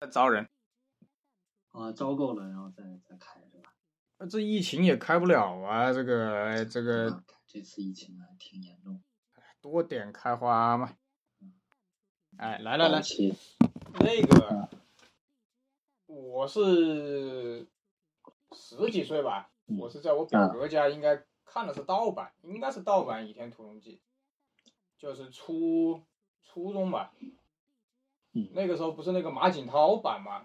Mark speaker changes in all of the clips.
Speaker 1: 再招人。
Speaker 2: 啊，招够了，然后再再开是吧？
Speaker 1: 那这疫情也开不了啊，这个这个
Speaker 2: 啊这次疫情还挺严重。
Speaker 1: 多点开花嘛。哎，来来来
Speaker 2: 早，期
Speaker 1: 那个，我是十几岁吧，
Speaker 2: 嗯
Speaker 1: 我是在我表哥家，应该看的是盗版，应该是盗版《倚天屠龙记》，就是初初中吧。
Speaker 2: 嗯
Speaker 1: 那个时候不是那个马景涛版嘛？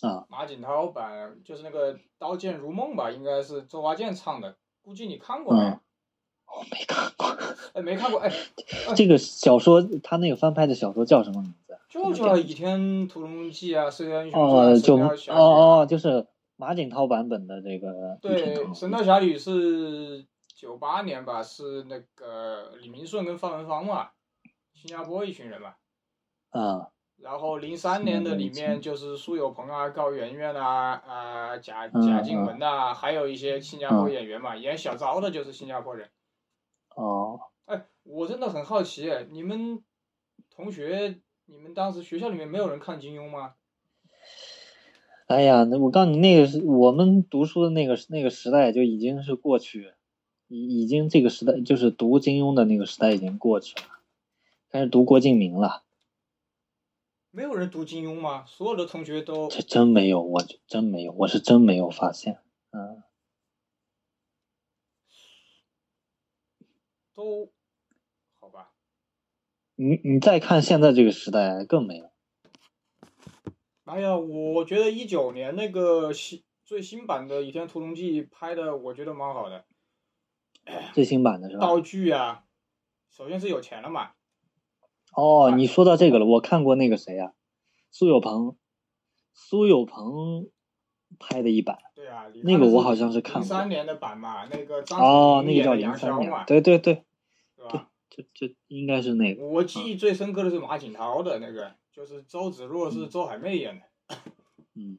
Speaker 2: 啊，
Speaker 1: 马景涛版就是那个《刀剑如梦》吧，应该是周华健唱的，估计你看过没？
Speaker 2: 嗯我没看过
Speaker 1: 哎，没看过，哎，
Speaker 2: 这个小说，他那个翻拍的小说叫什么名字啊？
Speaker 1: 就叫《倚天屠龙记》啊，《射雕英雄传》啊《
Speaker 2: 哦，就
Speaker 1: 射
Speaker 2: 哦
Speaker 1: 雕侠侣》啊。
Speaker 2: 哦，就是马景涛版本的这个《倚
Speaker 1: 对，
Speaker 2: 天屠龙
Speaker 1: 《
Speaker 2: 记
Speaker 1: 神雕侠侣》是九八年吧，是那个李明顺跟范文芳嘛，新加坡一群人嘛。
Speaker 2: 啊，
Speaker 1: 然后零三年的里面就是苏有朋啊、高圆圆啊、啊、贾
Speaker 2: 嗯
Speaker 1: 贾静雯呐、还有一些新加坡演员嘛，演小昭的就是新加坡人。
Speaker 2: 哦，
Speaker 1: 哎，我真的很好奇，你们同学，你们当时学校里面没有人看金庸吗？
Speaker 2: 哎呀，那我告诉你，那个是我们读书的那个那个时代就已经是过去，已已经这个时代就是读金庸的那个时代已经过去了，开始读郭敬明了。
Speaker 1: 没有人读金庸吗？所有的同学都
Speaker 2: 这真没有，我真没有，我是真没有发现。嗯，
Speaker 1: 都好吧？
Speaker 2: 你你再看现在这个时代更没有。
Speaker 1: 哎呀，我觉得一九年那个新最新版的《倚天屠龙记》拍的，我觉得蛮好的，
Speaker 2: 最新版的是吧？
Speaker 1: 道具啊，首先是有钱了嘛，
Speaker 2: 哦，你说到这个了，我看过那个谁呀、苏有朋，苏有朋拍的一版，
Speaker 1: 对啊，李
Speaker 2: 那个我好像是看
Speaker 1: 零
Speaker 2: 过
Speaker 1: 三。年的版嘛，那个张
Speaker 2: 哦，
Speaker 1: 子
Speaker 2: 那
Speaker 1: 怡演
Speaker 2: 个叫
Speaker 1: 的
Speaker 2: 零
Speaker 1: 杨
Speaker 2: 三
Speaker 1: 逍
Speaker 2: 年
Speaker 1: 嘛，，
Speaker 2: 对对对，
Speaker 1: 对吧？
Speaker 2: 就就应该是那个。
Speaker 1: 我记忆最深刻的是马景涛的那个，就是周芷若是周海媚演的，
Speaker 2: 嗯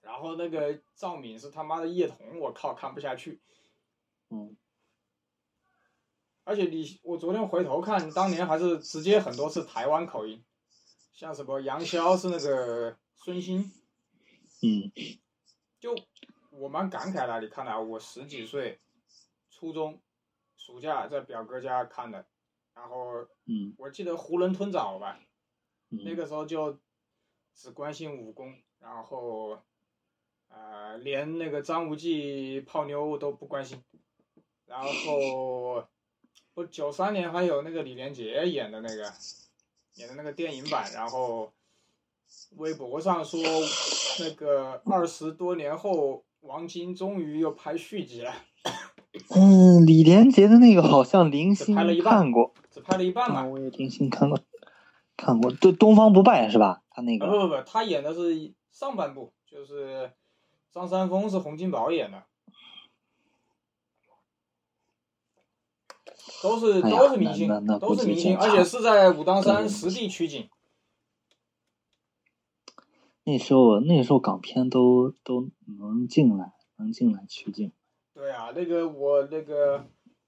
Speaker 1: 然后那个赵敏是他妈的叶童，我靠，看不下去。
Speaker 2: 嗯
Speaker 1: 而且你，我昨天回头看，当年还是直接很多次台湾口音，像什么杨逍是那个孙兴，
Speaker 2: 嗯
Speaker 1: 就我蛮感慨的。你看啊，我十几岁，初中暑假在表哥家看的，然后
Speaker 2: 嗯
Speaker 1: 我记得囫囵吞枣吧，
Speaker 2: 嗯，
Speaker 1: 那个时候就只关心武功，然后呃，连那个张无忌泡妞都不关心。然后我九三年还有那个李连杰演的那个演的那个电影版，然后微博上说那个二十多年后王晶终于又拍续集了，
Speaker 2: 嗯，李连杰的那个好像零
Speaker 1: 只
Speaker 2: 星
Speaker 1: 拍了一半
Speaker 2: 看过，
Speaker 1: 只拍了一半
Speaker 2: 啊，
Speaker 1: 嘛。
Speaker 2: 我也零星看过，看过。对，东方不败是吧？他那
Speaker 1: 啊不
Speaker 2: 个
Speaker 1: 不不，他演的是上半部，就是张三丰是洪金宝演的，都是
Speaker 2: 哎呀
Speaker 1: 都是明星
Speaker 2: 那那，那
Speaker 1: 都
Speaker 2: 估
Speaker 1: 是
Speaker 2: 计
Speaker 1: 明星，
Speaker 2: 检查
Speaker 1: 而且是在武当山
Speaker 2: 嗯
Speaker 1: 实地取景。
Speaker 2: 那时候那时候港片都都能进来，能进来取景。
Speaker 1: 对啊，那个我那个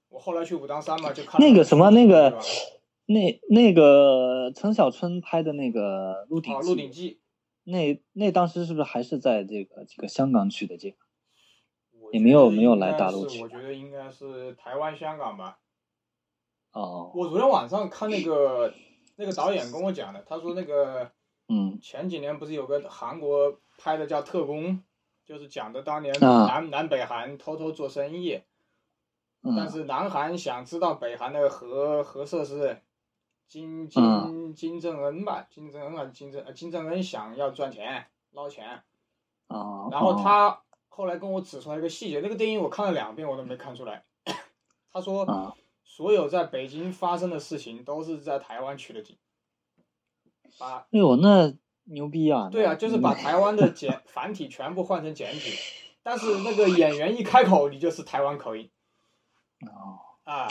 Speaker 1: 我后来去武当山嘛，就看
Speaker 2: 那
Speaker 1: 了
Speaker 2: 个什么
Speaker 1: 实地
Speaker 2: 那个
Speaker 1: 对吧
Speaker 2: 那那个陈小春拍的那个《鹿鼎
Speaker 1: 啊，《
Speaker 2: 记》，
Speaker 1: 鹿鼎记
Speaker 2: 那那当时是不是还是在这个这个香港取的景？》
Speaker 1: 我
Speaker 2: 也
Speaker 1: 觉
Speaker 2: 没有
Speaker 1: 得
Speaker 2: 没有
Speaker 1: 应
Speaker 2: 来
Speaker 1: 该
Speaker 2: 大陆
Speaker 1: 是
Speaker 2: 去
Speaker 1: 我觉得应该是台湾、香港吧。
Speaker 2: 哦，
Speaker 1: 我昨天晚上看那个那个导演跟我讲的，他说那个
Speaker 2: 嗯
Speaker 1: 前几年不是有个韩国拍的叫《特工》，就是讲的当年
Speaker 2: 啊
Speaker 1: 南、南北韩偷偷做生意，但
Speaker 2: 嗯
Speaker 1: 是南韩想知道北韩的核核设施，金金
Speaker 2: 嗯
Speaker 1: 金正恩吧，金正恩啊金正呃金正恩想要赚钱捞钱，
Speaker 2: 哦，
Speaker 1: 然后他后来跟我指出来一个细节，那个电影我看了两遍我都没看出来， 他说、
Speaker 2: 啊
Speaker 1: 所有在北京发生的事情都是在台湾取的景，把
Speaker 2: 哎呦那牛逼啊！
Speaker 1: 对啊，就是把台湾 的简繁体全部换成简体，但是那个演员一开口，你就是台湾口音
Speaker 2: 哦
Speaker 1: 啊，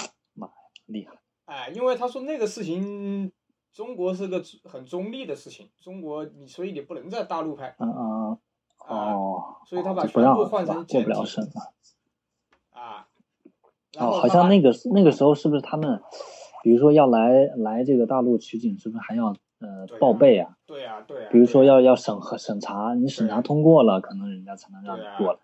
Speaker 2: 厉害，
Speaker 1: 哎，因为他说那个事情，中国是个很中立的事情，中国你所以你不能在大陆拍
Speaker 2: 嗯嗯
Speaker 1: 啊，
Speaker 2: 哦，
Speaker 1: 所以他把
Speaker 2: 就不
Speaker 1: 全
Speaker 2: 让
Speaker 1: 部换
Speaker 2: 是吧
Speaker 1: 成
Speaker 2: 过
Speaker 1: 简
Speaker 2: 不
Speaker 1: 体
Speaker 2: 了审了。
Speaker 1: 啊，然后他
Speaker 2: 哦，好像
Speaker 1: 把
Speaker 2: 那个那个时候是不是他们，比如说要来来这个大陆取景，是不是还要呃
Speaker 1: 对啊
Speaker 2: 报备啊，
Speaker 1: 对呀、对呀、
Speaker 2: 比如说
Speaker 1: 对啊
Speaker 2: 要要审核审查，你审查
Speaker 1: 对
Speaker 2: 通过了，可能人家才能让你
Speaker 1: 对啊
Speaker 2: 过来。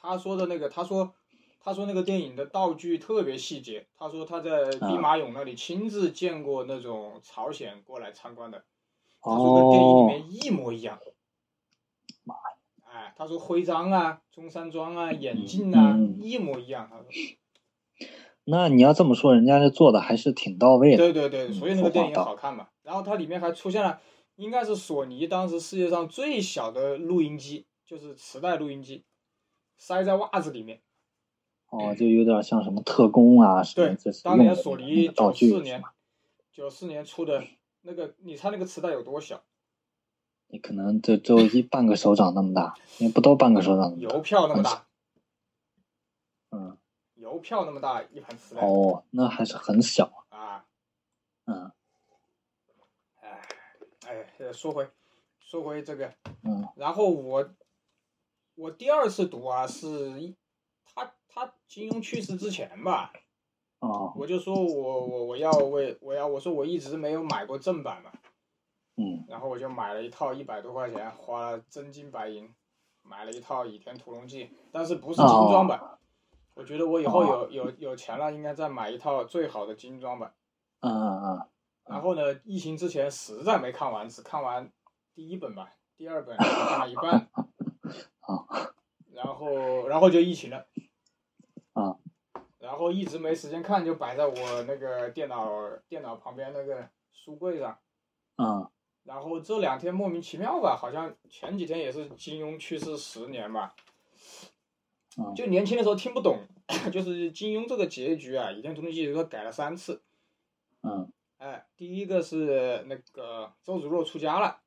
Speaker 1: 他说的那个，他说他说那个电影的道具特别细节，他说他在
Speaker 2: 啊
Speaker 1: 兵马俑那里亲自见过那种朝鲜过来参观的，他说跟电影里
Speaker 2: 哦，
Speaker 1: 面一模一样。哎，他说徽章啊、中山装啊、眼镜啊，
Speaker 2: 嗯嗯
Speaker 1: 一模一样。他说，
Speaker 2: 那你要这么说，人家这做的还是挺到位的。
Speaker 1: 对对对，
Speaker 2: 嗯
Speaker 1: 所以那个
Speaker 2: 说话
Speaker 1: 电影
Speaker 2: 道
Speaker 1: 好看嘛。然后它里面还出现了，应该是索尼当时世界上最小的录音机，就是磁带录音机，塞在袜子里面。
Speaker 2: 哦，就有点像什么特工啊什么
Speaker 1: 对
Speaker 2: 这，是
Speaker 1: 当
Speaker 2: 用的
Speaker 1: 年索
Speaker 2: 那
Speaker 1: 尼
Speaker 2: 个道
Speaker 1: 九
Speaker 2: 具
Speaker 1: 四
Speaker 2: 是
Speaker 1: 年
Speaker 2: 吧？，
Speaker 1: 九四年出的那个，你猜那个磁带有多小？
Speaker 2: 你可能就就一半个手掌那么大，也不到半个手掌那么大。
Speaker 1: 邮票那么大，
Speaker 2: 嗯，
Speaker 1: 邮票那么大一盘磁带、
Speaker 2: 哦，那还是很小。
Speaker 1: 啊！
Speaker 2: 嗯
Speaker 1: 哎哎，呃说回说回这个，
Speaker 2: 嗯
Speaker 1: 然后我我第二次读啊，是一他他金庸去世之前吧，
Speaker 2: 哦，
Speaker 1: 我就说我我我要为我要我说我一直没有买过正版嘛，
Speaker 2: 嗯
Speaker 1: 然后我就买了一套一百多块钱，花了真金白银买了一套《倚天屠龙记》，但是不是精装版。我觉得我以后有、有有钱了，应该再买一套最好的精装版。
Speaker 2: 嗯嗯
Speaker 1: 然后呢，疫情之前实在没看完，只看完第一本吧，第二本只看了一半。
Speaker 2: 啊
Speaker 1: 然后然后就疫情了。
Speaker 2: 啊。
Speaker 1: 然后一直没时间看，就摆在我那个电脑电脑旁边那个书柜上。
Speaker 2: 嗯
Speaker 1: 然后这两天莫名其妙吧，好像前几天也是金庸去世十年吧
Speaker 2: 嗯。
Speaker 1: 就年轻的时候听不懂， 就是金庸这个结局啊，《倚天屠龙记》都改了三次。
Speaker 2: 嗯
Speaker 1: 哎，第一个是那个周芷若出家了，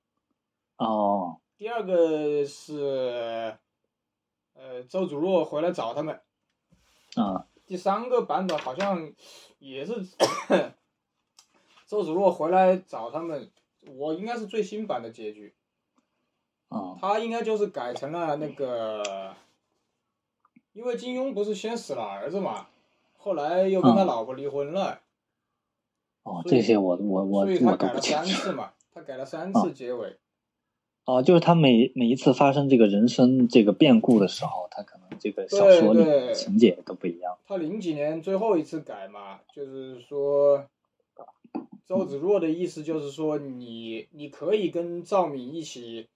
Speaker 2: 哦
Speaker 1: 第二个是呃周芷若回来找他们，
Speaker 2: 嗯
Speaker 1: 第三个版本好像也是 周芷若回来找他们，我应该是最新版的结局。
Speaker 2: 嗯
Speaker 1: 他应该就是改成了那个，因为金庸不是先死了儿子嘛，后来又跟他
Speaker 2: 嗯
Speaker 1: 老婆离婚了，
Speaker 2: 哦，这些我我我
Speaker 1: 所以他
Speaker 2: 我都
Speaker 1: 改
Speaker 2: 不
Speaker 1: 了
Speaker 2: 清
Speaker 1: 三
Speaker 2: 楚。
Speaker 1: 次嘛，他改了三次结尾，
Speaker 2: 哦，就是他每每一次发生这个人生这个变故的时候，他可能这个小
Speaker 1: 对
Speaker 2: 说里
Speaker 1: 对
Speaker 2: 的情节都不一样。
Speaker 1: 他零几年最后一次改嘛，就是说，周芷若的意思就是说你你可以跟赵敏一起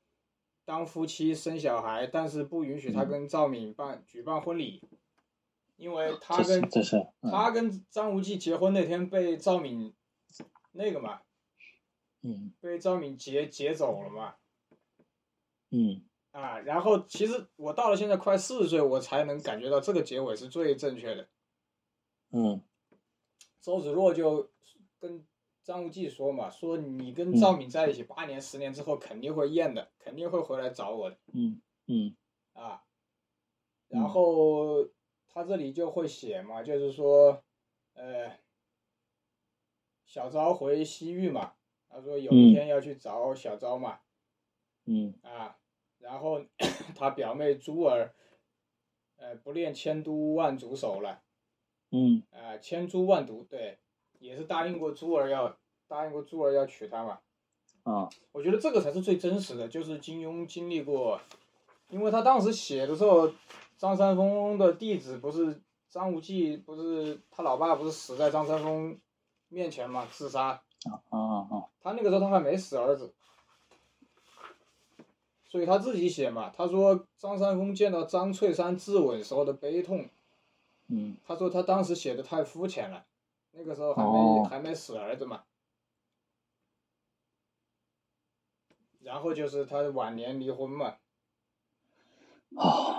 Speaker 1: 当夫妻生小孩，但是不允许他跟赵敏办举办婚礼，因为他
Speaker 2: 这是
Speaker 1: 跟
Speaker 2: 这是嗯
Speaker 1: 他跟张无忌结婚那天被赵敏那个嘛，
Speaker 2: 嗯
Speaker 1: 被赵敏劫劫走了嘛
Speaker 2: 嗯
Speaker 1: 啊。然后其实我到了现在快四十岁，我才能感觉到这个结尾是最正确的。
Speaker 2: 嗯
Speaker 1: 周芷若就跟张无忌说嘛，说你跟赵敏在一起八年、十年之后肯定会厌的，肯定会回来找我的
Speaker 2: 嗯嗯
Speaker 1: 啊。
Speaker 2: 嗯
Speaker 1: 然后他这里就会写嘛，就是说，呃，小昭回西域嘛，他说有一
Speaker 2: 嗯
Speaker 1: 天要去找小昭嘛，
Speaker 2: 嗯
Speaker 1: 啊，然后 他表妹珠儿，呃，不练千都万族手了，
Speaker 2: 嗯
Speaker 1: 啊，千珠万毒，对，也是答应过珠儿要答应过珠儿要娶她嘛。
Speaker 2: 啊
Speaker 1: 我觉得这个才是最真实的，就是金庸经历过，因为他当时写的时候，张三丰的弟子不是张无忌，不是他老爸不是死在张三丰面前嘛，自杀。
Speaker 2: 啊啊
Speaker 1: 他那个时候他还没死儿子，所以他自己写嘛，他说张三丰见到张翠山自刎时候的悲痛，
Speaker 2: 嗯
Speaker 1: 他说他当时写的太肤浅了，那个时候还没、
Speaker 2: 哦
Speaker 1: 还没死儿子嘛。然后就是他晚年离婚嘛，
Speaker 2: 哦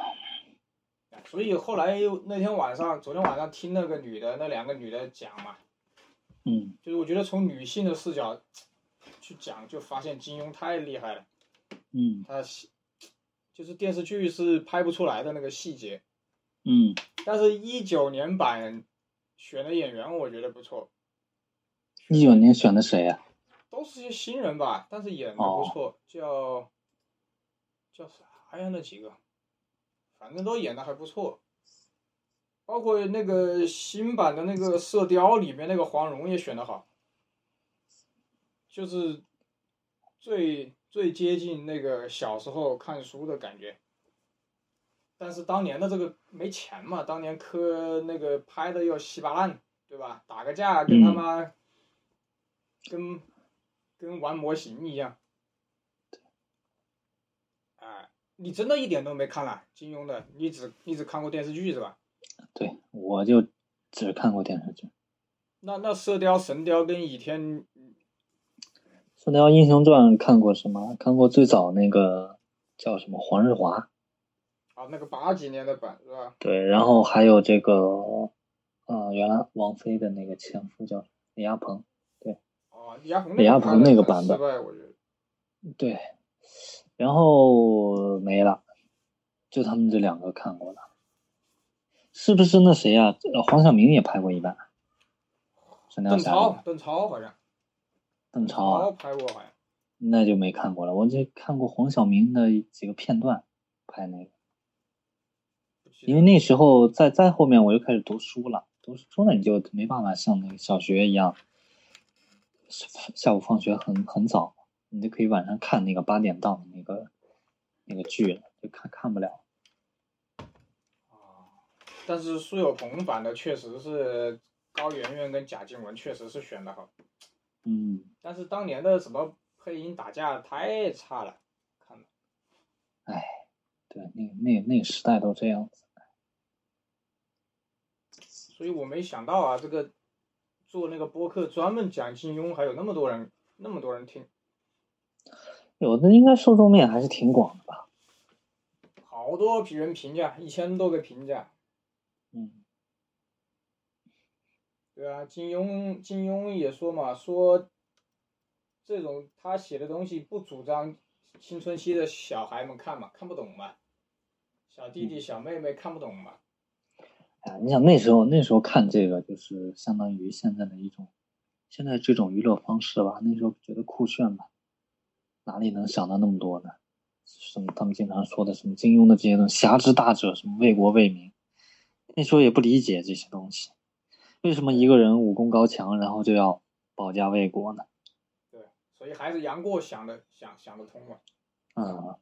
Speaker 1: 所以后来又那天晚上，昨天晚上听那个女的，那两个女的讲嘛，
Speaker 2: 嗯
Speaker 1: 就是我觉得从女性的视角去讲，就发现金庸太厉害了，
Speaker 2: 嗯
Speaker 1: 他细就是电视剧是拍不出来的那个细节，
Speaker 2: 嗯
Speaker 1: 但是一九年版选的演员我觉得不错，
Speaker 2: 一九年选的谁啊呀、
Speaker 1: 都是些新人吧，但是演的不错，叫叫啥呀？那几个，反正都演的还不错，包括那个新版的那个《射雕》里面那个黄蓉也选的好，就是最最接近那个小时候看书的感觉。但是当年的这个没钱嘛，当年磕那个拍的要稀巴烂，对吧？打个架跟他妈、跟跟玩模型一样。哎，你真的一点都没看了金庸的，你只你只看过电视剧是吧？
Speaker 2: 对，我就只看过电视剧《
Speaker 1: 那那《射雕》《神雕》跟《倚天》
Speaker 2: 射雕英雄传》，看过什么？看过最早那个叫什么黄日华，
Speaker 1: 啊那个八几年的版是吧？
Speaker 2: 对，然后还有这个，呃，原来王菲的那个前夫叫李亚鹏，
Speaker 1: 哦，李亚鹏
Speaker 2: 李亚鹏
Speaker 1: 那
Speaker 2: 那
Speaker 1: 个
Speaker 2: 个
Speaker 1: 拍得很
Speaker 2: 版本
Speaker 1: 失败，我觉得。
Speaker 2: 对，然后没了，就他们这两个看过了，是不是那谁呀、呃黄晓明也拍过一版，《神雕
Speaker 1: 邓
Speaker 2: 侠
Speaker 1: 超
Speaker 2: 侣》，
Speaker 1: 邓超好像，
Speaker 2: 邓超啊，
Speaker 1: 拍过好像。
Speaker 2: 那就没看过了。我就看过黄晓明的几个片段，拍那个，
Speaker 1: 不记得
Speaker 2: 因为那时候再再后面我就开始读书了，读书了你就没办法像那个小学一样，下下午放学很很早，你就可以晚上看那个八点档的那个那个剧了，就看看不了。
Speaker 1: 哦但是苏有朋版的确实是高圆圆跟贾静雯确实是选的好，
Speaker 2: 嗯，
Speaker 1: 但是当年的什么配音打架太差了，看的
Speaker 2: 对，那那那个时代都这样子。
Speaker 1: 所以我没想到啊，这个做那个播客专门讲金庸，还有那么多人那么多人听，
Speaker 2: 有的应该受众面还是挺广的吧？
Speaker 1: 好多评人评价，一千多个评价，
Speaker 2: 嗯，
Speaker 1: 对啊，金庸金庸也说嘛，说这种他写的东西不主张青春期的小孩们看嘛，看不懂嘛，小弟
Speaker 2: 嗯
Speaker 1: 弟小妹妹看不懂嘛。
Speaker 2: 哎呀，你想那时候那时候看这个，就是相当于现在的一种，现在这种娱乐方式吧。那时候觉得酷炫吧，哪里能想到那么多呢？什么他们经常说的什么金庸的这些东西，侠之大者，什么为国为民，那时候也不理解这些东西。为什么一个人武功高强，然后就要保家卫国呢？
Speaker 1: 对，所以还是杨过想的想想得通嘛。
Speaker 2: 嗯，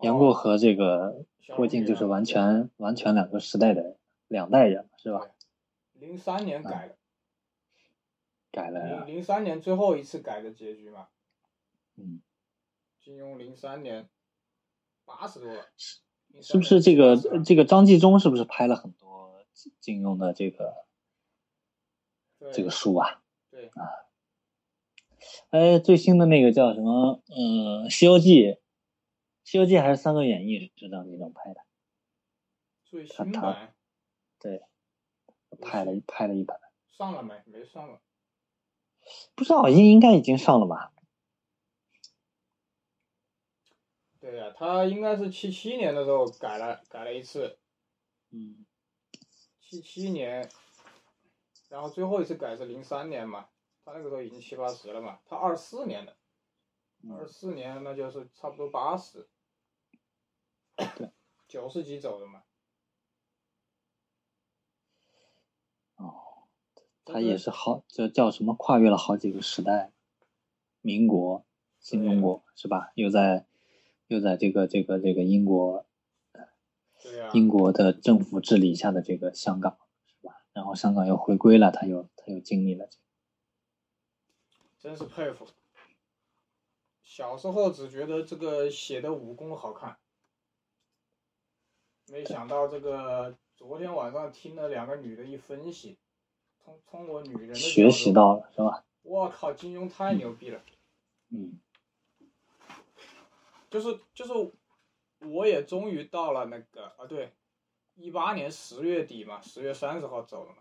Speaker 2: 杨过
Speaker 1: 哦
Speaker 2: 和这个
Speaker 1: 小
Speaker 2: 郭靖就是完全完全两个时代的两代人，是吧？
Speaker 1: 零三年改的，
Speaker 2: 改
Speaker 1: 零
Speaker 2: 了，
Speaker 1: 零三年最后一次改的结局嘛。
Speaker 2: 嗯，
Speaker 1: 金庸零三年八十多了，03
Speaker 2: 是不是这个
Speaker 1: 年
Speaker 2: 这个张纪中是不是拍了很多金金庸的这个
Speaker 1: 对
Speaker 2: 这个书啊？
Speaker 1: 对
Speaker 2: 哎，最新的那个叫什么？呃，《西游记》，《西游记》还是《三国演义》是张纪中拍的，
Speaker 1: 最新
Speaker 2: 他
Speaker 1: 版
Speaker 2: 拍了一拍了一版，
Speaker 1: 上了没？没上了，
Speaker 2: 不知道应应该已经上了吧？
Speaker 1: 对呀、他应该是七七年的时候改了改了一次，
Speaker 2: 嗯，
Speaker 1: 七七年，然后最后一次改是零三年嘛，他那个时候已经七八十了嘛，他二四年的，
Speaker 2: 嗯
Speaker 1: 二四年那就是差不多八十，
Speaker 2: 对，
Speaker 1: 九十几走的嘛。
Speaker 2: 哦，
Speaker 1: 但
Speaker 2: 他也是好，这叫什么？跨越了好几个时代，民国、新中国是吧？又在又在这个这个这个英国
Speaker 1: 对啊呀、
Speaker 2: 英国的政府治理下的这个香港，是吧？然后香港又回归了，他又他又经历了这
Speaker 1: 真是佩服。小时候只觉得这个写的武功好看，没想到这个昨天晚上听了两个女的一分析，通通过女人的
Speaker 2: 个学
Speaker 1: 角
Speaker 2: 习
Speaker 1: 度，
Speaker 2: 到了，是吧？
Speaker 1: 我靠，金庸太牛逼了。
Speaker 2: 嗯
Speaker 1: 就是就是，我也终于到了那个啊，对，一八年十月底嘛，十月三十号走了嘛，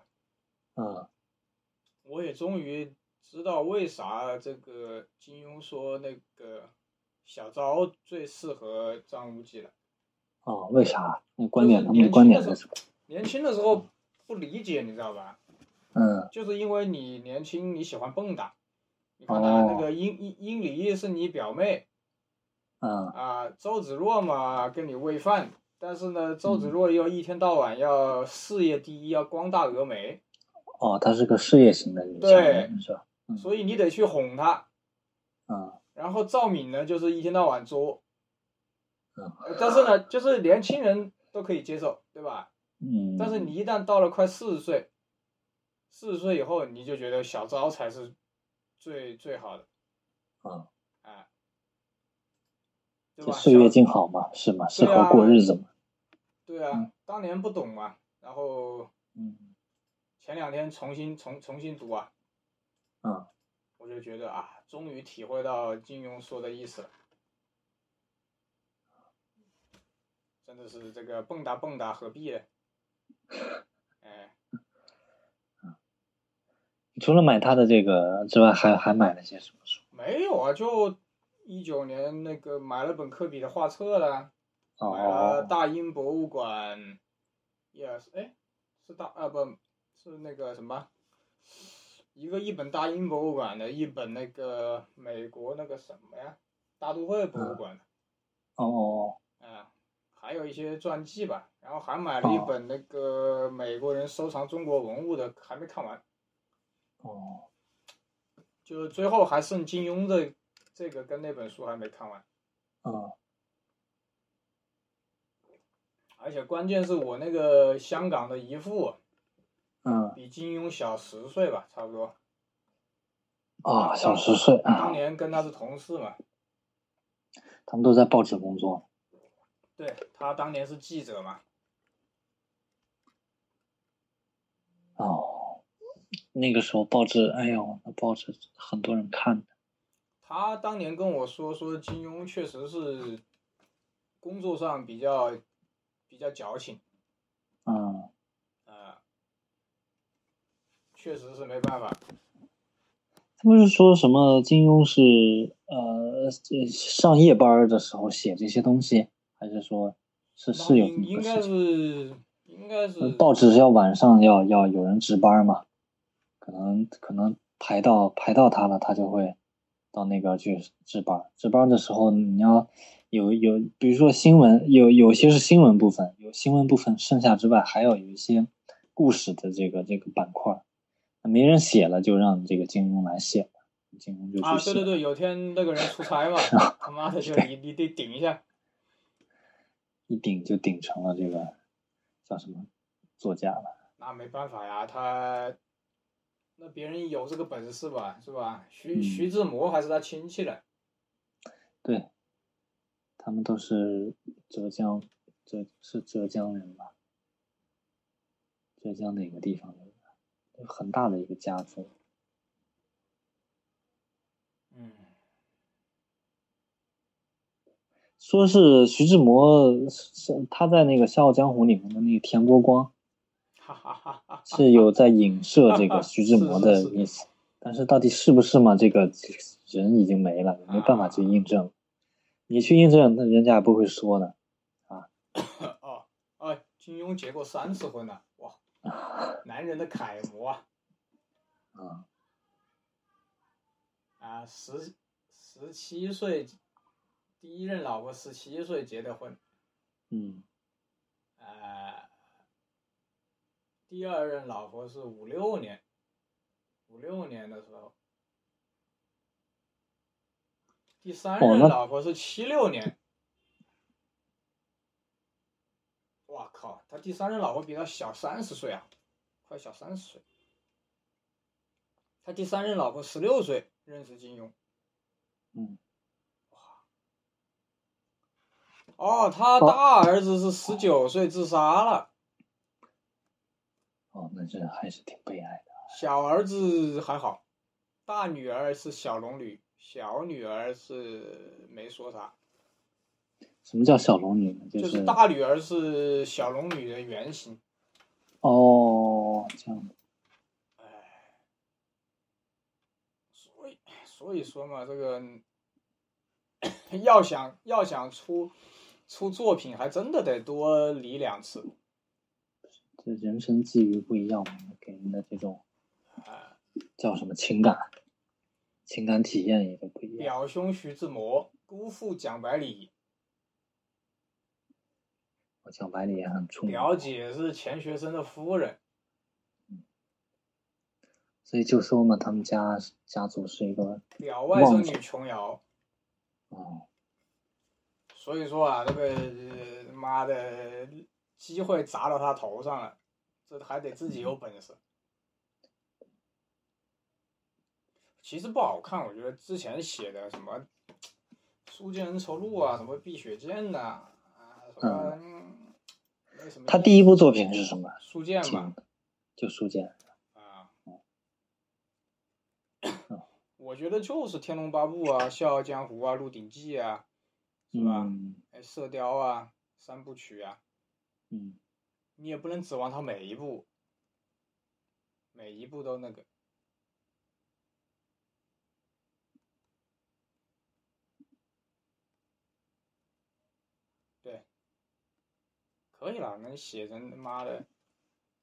Speaker 2: 嗯
Speaker 1: 我也终于知道为啥这个金庸说那个小昭最适合张无忌了。
Speaker 2: 哦，为啥？那观点
Speaker 1: 就是
Speaker 2: 他们的
Speaker 1: 年
Speaker 2: 观
Speaker 1: 轻的
Speaker 2: 点
Speaker 1: 时
Speaker 2: 是
Speaker 1: 候
Speaker 2: 什么？
Speaker 1: 年轻的时候不理解，你知道吧？
Speaker 2: 嗯
Speaker 1: 就是因为你年轻，你喜欢蹦跶。你看他那个殷殷殷离是你表妹
Speaker 2: 嗯
Speaker 1: 啊、周芷若嘛跟你喂饭，但是呢，周芷若又一天到晚要事业第一，要光大峨眉。
Speaker 2: 哦，她是个事业型的女强
Speaker 1: 对
Speaker 2: 人，是吧？嗯
Speaker 1: 所以你得去哄他。
Speaker 2: 嗯
Speaker 1: 然后赵敏呢，就是一天到晚作，
Speaker 2: 嗯
Speaker 1: 呃但是呢，就是年轻人都可以接受，对吧？
Speaker 2: 嗯，
Speaker 1: 但是你一旦到了快四十岁，四十岁以后，你就觉得小昭才是最最好的，
Speaker 2: 啊，
Speaker 1: 啊，对
Speaker 2: 这
Speaker 1: 吧？
Speaker 2: 岁月
Speaker 1: 小
Speaker 2: 静好嘛，是吗？
Speaker 1: 对
Speaker 2: 适
Speaker 1: 啊
Speaker 2: 合过日子嘛，
Speaker 1: 对啊
Speaker 2: 嗯，
Speaker 1: 当年不懂嘛，然后
Speaker 2: 嗯
Speaker 1: 前两天重新重重新读啊，
Speaker 2: 嗯，
Speaker 1: 我就觉得啊，终于体会到金庸说的意思了，真的是这个蹦哒蹦哒何必呢？哎，
Speaker 2: 除了买他的这个之外，还还买了些什么书？
Speaker 1: 没有啊，就一九年那个买了本科比的画册啦，买了
Speaker 2: 哦，
Speaker 1: 呃大英博物馆，也是哎，是大啊不是那个什么，一个一本大英博物馆的，一本那个美国那个什么呀，大都会博物馆的，
Speaker 2: 哦哦，
Speaker 1: 啊，还有一些传记吧，然后还买了一
Speaker 2: 哦
Speaker 1: 本那个美国人收藏中国文物的，还没看完，
Speaker 2: 哦，
Speaker 1: 就是最后还剩金庸的这个跟那本书还没看完。
Speaker 2: 嗯
Speaker 1: 而且关键是我那个香港的姨父
Speaker 2: 嗯
Speaker 1: 比金庸小十岁吧，差不多。
Speaker 2: 啊，小十岁
Speaker 1: 当
Speaker 2: 啊，
Speaker 1: 年跟他是同事嘛，
Speaker 2: 他们都在报纸工作。
Speaker 1: 对他当年是记者嘛，
Speaker 2: 哦，那个时候报纸，哎呦，那报纸很多人看的。
Speaker 1: 他当年跟我说说金庸确实是工作上比较比较矫情
Speaker 2: 嗯
Speaker 1: 啊、确实是没办法。
Speaker 2: 他不是说什么金庸是呃这上夜班儿的时候写这些东西，还是说是
Speaker 1: 那
Speaker 2: 是有这
Speaker 1: 应
Speaker 2: 么
Speaker 1: 应
Speaker 2: 个
Speaker 1: 该
Speaker 2: 事情？
Speaker 1: 是应该是
Speaker 2: 嗯报纸是要晚上要要有人值班嘛，可能可能排到排到他了，他就会到那个去值班。值班的时候你要有有，比如说新闻，有有些是新闻部分，有新闻部分剩下之外，还要有一些故事的这个这个板块，没人写了就让这个金庸来写，金庸就
Speaker 1: 啊，
Speaker 2: 去写。
Speaker 1: 对对对，有天那个人出 差嘛，他妈的就你你得顶一下。
Speaker 2: 一顶就顶成了这个叫什么作家了。
Speaker 1: 那没办法呀，他那别人有这个本事吧，是吧？徐
Speaker 2: 嗯
Speaker 1: 徐志摩还是他亲戚嘞，
Speaker 2: 对，他们都是浙江，浙是浙江人吧？浙江哪个地方的人？有很大的一个家族。
Speaker 1: 嗯，
Speaker 2: 说是徐志摩是是他在那个《笑傲江湖》里面的那个田 伯光
Speaker 1: 哈哈哈哈。
Speaker 2: 是有在影射这个徐 志摩的
Speaker 1: 是是是
Speaker 2: 意思，但是到底是不是嘛？这个这个人已经没了，没办法
Speaker 1: 啊
Speaker 2: 去印证。你去印证，那人家也不会说的。
Speaker 1: 哦，哦，金庸结过三次婚呢，哇，男人的楷模啊！
Speaker 2: 啊，
Speaker 1: 啊，十十七岁，第一任老婆十七岁结的婚，
Speaker 2: 嗯
Speaker 1: 呃，第二任老婆是五六年，五六年的时候，第三
Speaker 2: 哦
Speaker 1: 任
Speaker 2: 那
Speaker 1: 老婆是七六年。哇靠，他第三任老婆比他小三十岁啊，快小三十岁。他第三任老婆十六岁认识金庸。
Speaker 2: 嗯。
Speaker 1: 哦，他大儿子是十九岁自杀了。
Speaker 2: 哦，那这还是挺悲哀的。
Speaker 1: 小儿子还好，大女儿是小龙女，小女儿是没说啥，
Speaker 2: 什么叫小龙女呢？就
Speaker 1: 就是是大女儿是小龙女的原型。
Speaker 2: 哦，这样
Speaker 1: 所以所以说嘛，这个 要想要想出出作品，还真的得多理两次。
Speaker 2: 这人生际遇不一样嘛，给人的这种
Speaker 1: 啊、
Speaker 2: 叫什么情感、情感体验也都不一样。
Speaker 1: 表兄徐志摩，姑父蒋百里，
Speaker 2: 我讲白里也很出名，
Speaker 1: 表姐是钱学森的夫人。
Speaker 2: 所以就说嘛，他们家家族是一个
Speaker 1: 表外甥女琼瑶，
Speaker 2: 嗯，
Speaker 1: 所以说啊，这个呃妈的机会砸到他头上了，这还得自己有本事。其实不好看，我觉得之前写的什么《书剑恩仇录》啊，什么《碧血剑》呐，啊，什么、嗯、没什么意思。
Speaker 2: 他第一部作品是什么？嗯
Speaker 1: 书剑吧
Speaker 2: 挺，就《书剑》。
Speaker 1: 啊，我觉得就是《天龙八部》啊，《笑傲江湖》啊，《鹿鼎记》啊，是吧？
Speaker 2: 嗯
Speaker 1: 哎，射雕啊，三部曲啊，
Speaker 2: 嗯
Speaker 1: 你也不能指望他每一部，每一部都那个。对，可以了，能写成他妈的，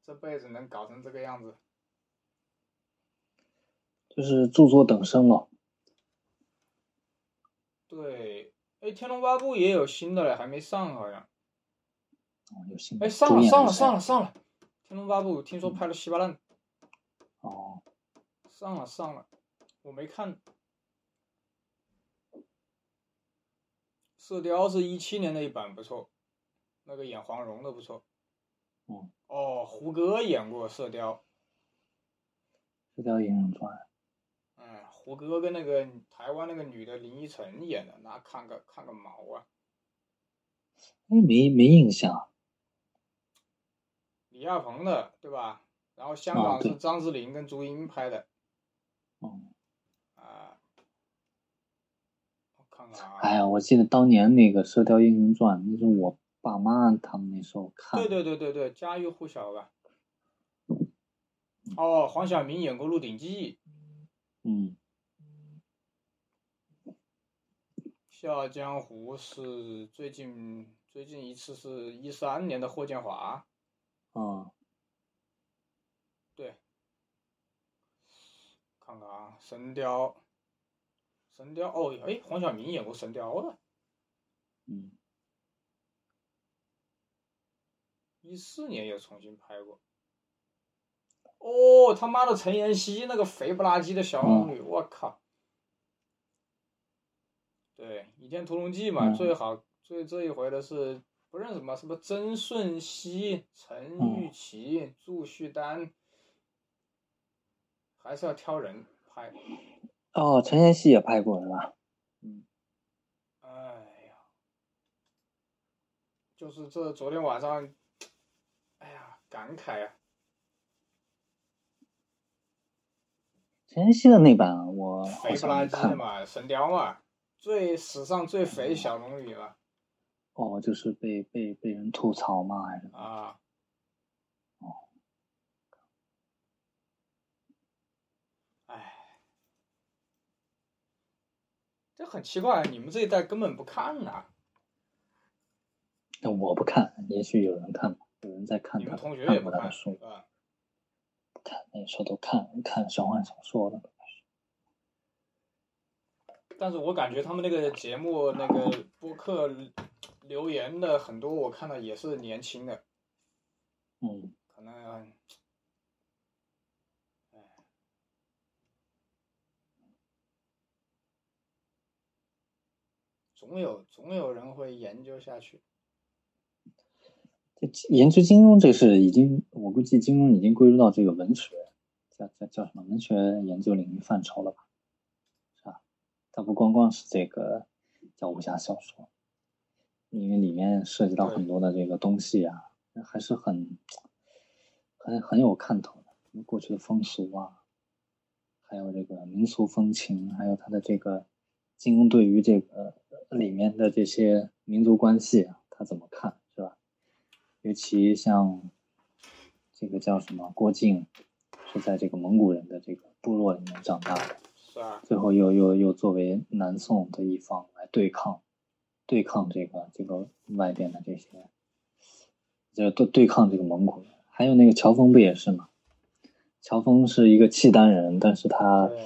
Speaker 1: 这辈子能搞成这个样子，
Speaker 2: 就是著作等身嘛。
Speaker 1: 对。哎，《天龙八部》也有新的了，还没上好像。
Speaker 2: 哦有新
Speaker 1: 哎，
Speaker 2: 的
Speaker 1: 上了，上了，上
Speaker 2: 了。
Speaker 1: 了，上了，《天龙八部》听说拍了稀巴烂。
Speaker 2: 哦，
Speaker 1: 上了上了，我没看。射雕是一七年那一版不错，那个演黄蓉的不错。
Speaker 2: 嗯。
Speaker 1: 哦，胡歌演过射雕，
Speaker 2: 这叫《演员传》。
Speaker 1: 嗯，胡歌跟那个台湾那个女的林依晨演的，那看个看个毛啊！
Speaker 2: 哎，没没印象。
Speaker 1: 李亚鹏的对吧？然后香
Speaker 2: 啊
Speaker 1: 港
Speaker 2: 对
Speaker 1: 是张智霖跟朱茵拍的
Speaker 2: 哦，
Speaker 1: 啊。我看看啊。
Speaker 2: 哎呀，我记得当年那个《射雕英雄传》，那是我爸妈他们那时候看的。
Speaker 1: 对对对对对，家喻户晓吧。哦，黄晓明演过《鹿鼎记》
Speaker 2: 嗯，
Speaker 1: 《笑傲江湖》是最近最近一次是一三年的霍建华，
Speaker 2: 啊，
Speaker 1: 看看啊，《神雕》，《神雕》哦，哎，黄晓明演过《神雕》的，
Speaker 2: 嗯，
Speaker 1: 一四年也重新拍过。哦，他妈的陈妍希那个肥不拉几的小龙女，我靠！对，《倚天屠龙记》嘛，
Speaker 2: 嗯
Speaker 1: 最好最这一回的是不认识什么什么曾舜晞、陈钰琪、祝绪丹，还是要挑人拍。
Speaker 2: 哦，陈妍希也拍过是吧？
Speaker 1: 哎呀，就是这昨天晚上，哎呀，感慨啊！
Speaker 2: 陈妍希的那版啊我好
Speaker 1: 肥不
Speaker 2: 像
Speaker 1: 拉
Speaker 2: 没
Speaker 1: 几的
Speaker 2: 看。
Speaker 1: 嘛，神雕嘛，最史上最肥小龙女嘛
Speaker 2: 哦，就是被被被人吐槽嘛，还是
Speaker 1: 啊。哎，这很奇怪，你们这一代根本不看呐、
Speaker 2: 但我不看，也许有人看吧，有人在看
Speaker 1: 你
Speaker 2: 他
Speaker 1: 们
Speaker 2: 的
Speaker 1: 同学也
Speaker 2: 看
Speaker 1: 不
Speaker 2: 过他
Speaker 1: 看
Speaker 2: 的书，
Speaker 1: 啊。
Speaker 2: 看那时候都看看玄幻小说了。
Speaker 1: 但是我感觉他们那个节目那个播客留言的很多，我看到也是年轻的，
Speaker 2: 嗯，
Speaker 1: 可能，哎，总有总有人会研究下去。
Speaker 2: 这研究金庸这事已经，我估计金庸已经归入到这个文学，叫叫叫什么文学研究领域范畴了吧？是吧？它不光光是这个叫武侠小说，因为里面涉及到
Speaker 1: 对
Speaker 2: 很多的这个东西啊，还是很很很有看头的，过去的风俗啊，还有这个民俗风情，还有它的这个金庸对于这个呃里面的这些民族关系啊，他怎么看，是吧？尤其像这个叫什么郭靖，是在这个蒙古人的这个部落里面长大的，
Speaker 1: 是啊，
Speaker 2: 最后又又又作为南宋的一方来对抗，对抗这个这个外边的这些，就是对对抗这个蒙古人。还有那个乔峰不也是吗？乔峰是一个契丹人，但是他
Speaker 1: 对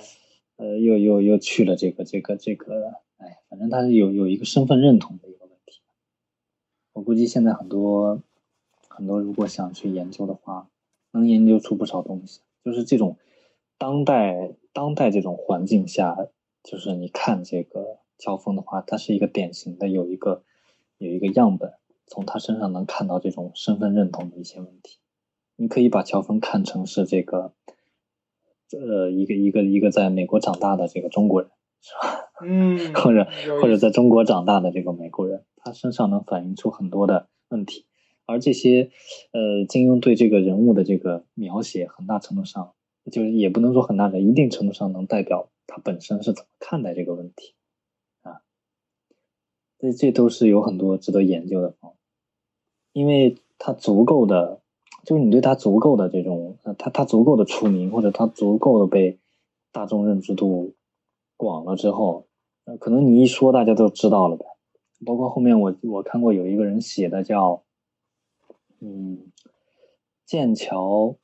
Speaker 2: 呃又又又去了这个这个这个，哎，反正他是有有一个身份认同的一个问题。我估计现在很多很多如果想去研究的话，能研究出不少东西。就是这种当代当代这种环境下，就是你看这个乔峰的话，他是一个典型的有一个有一个样本，从他身上能看到这种身份认同的一些问题。你可以把乔峰看成是这个，呃，一个一个一个在美国长大的这个中国人，是吧？
Speaker 1: 嗯，
Speaker 2: 或者
Speaker 1: 有
Speaker 2: 或者
Speaker 1: 意思
Speaker 2: 在中国长大的这个美国人，他身上能反映出很多的问题，而这些，呃，金庸对这个人物的这个描写，很大程度上就是也不能说很大的，一定程度上能代表他本身是怎么看待这个问题，啊，这这都是有很多值得研究的方面，因为他足够的，就是你对他足够的这种，呃，他他足够的出名，或者他足够的被大众认知度广了之后，呃，可能你一说大家都知道了呗。包括后面我我看过有一个人写的叫，嗯，剑桥，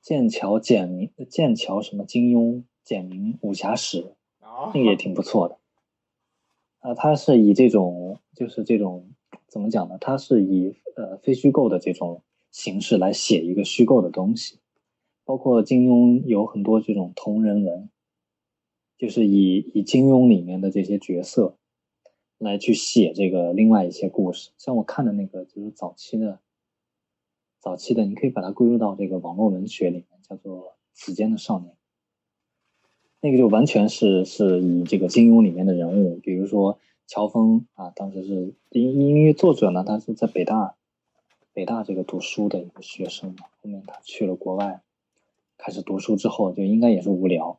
Speaker 2: 剑桥简明，剑桥什么金庸简明武侠史，
Speaker 1: 啊，
Speaker 2: 那个 也挺不错的。啊、它是以这种就是这种怎么讲呢？它是以呃非虚构的这种形式来写一个虚构的东西，包括金庸有很多这种同人文，就是以以金庸里面的这些角色来去写这个另外一些故事。像我看的那个就是早期的，早期的你可以把它归入到这个网络文学里面，叫做《此间的少年》。那个就完全是是以这个金庸里面的人物，比如说乔峰啊，当时是因因为作者呢，他是在北大北大这个读书的一个学生嘛，后面他去了国外，开始读书之后，就应该也是无聊，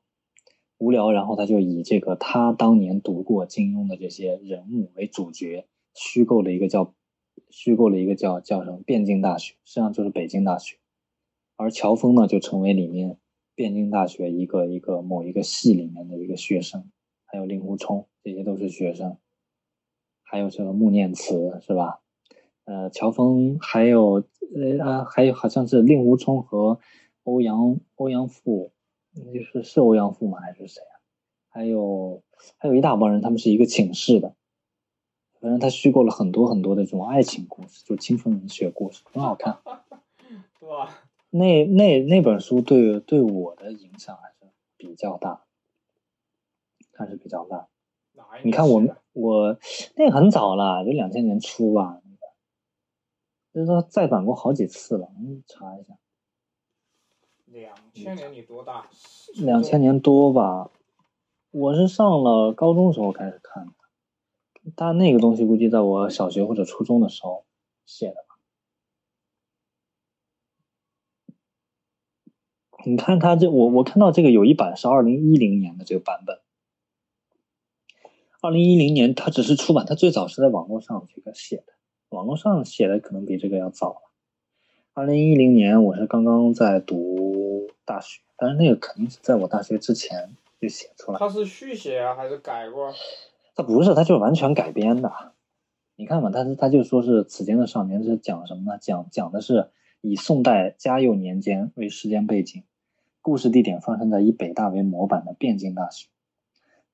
Speaker 2: 无聊，然后他就以这个他当年读过金庸的这些人物为主角，虚构了一个叫虚构了一个叫叫什么汴京大学，实际上就是北京大学，而乔峰呢就成为里面汴京大学一个一个某一个系里面的一个学生，还有令狐冲，这些都是学生，还有这个穆念慈是吧？呃，乔峰还有呃啊，还有好像是令狐冲和欧阳欧阳父，嗯就是是欧阳父吗？还是谁啊？还有还有一大帮人，他们是一个寝室的，反正他虚构了很多很多的这种爱情故事，就青春文学故事，很好看。
Speaker 1: 对吧？
Speaker 2: 那那那本书对对我的影响还是比较大，还是比较大。
Speaker 1: 哪一
Speaker 2: 你
Speaker 1: 个
Speaker 2: 看
Speaker 1: 是
Speaker 2: 我们
Speaker 1: 的
Speaker 2: 我那个很早了，就两千年初吧，那个，就是说再版过好几次了，你查一下，
Speaker 1: 两千年你多大？初中
Speaker 2: 两千年多吧。我是上了高中时候开始看的，但那个东西估计在我小学或者初中的时候写的吧。你看他这，我我看到这个有一版是二零一零年的这个版本。二零一零年它只是出版，它最早是在网络上这个写的，网络上写的可能比这个要早了。二零一零年我是刚刚在读大学，但是那个肯定是在我大学之前就写出来了。
Speaker 1: 他是续写啊，还是改过？
Speaker 2: 它不是，它就是完全改编的。你看嘛，它是它就说是《此间的少年》是讲什么呢？讲讲的是以宋代嘉佑年间为时间背景，故事地点发生在以北大为模板的汴京大学。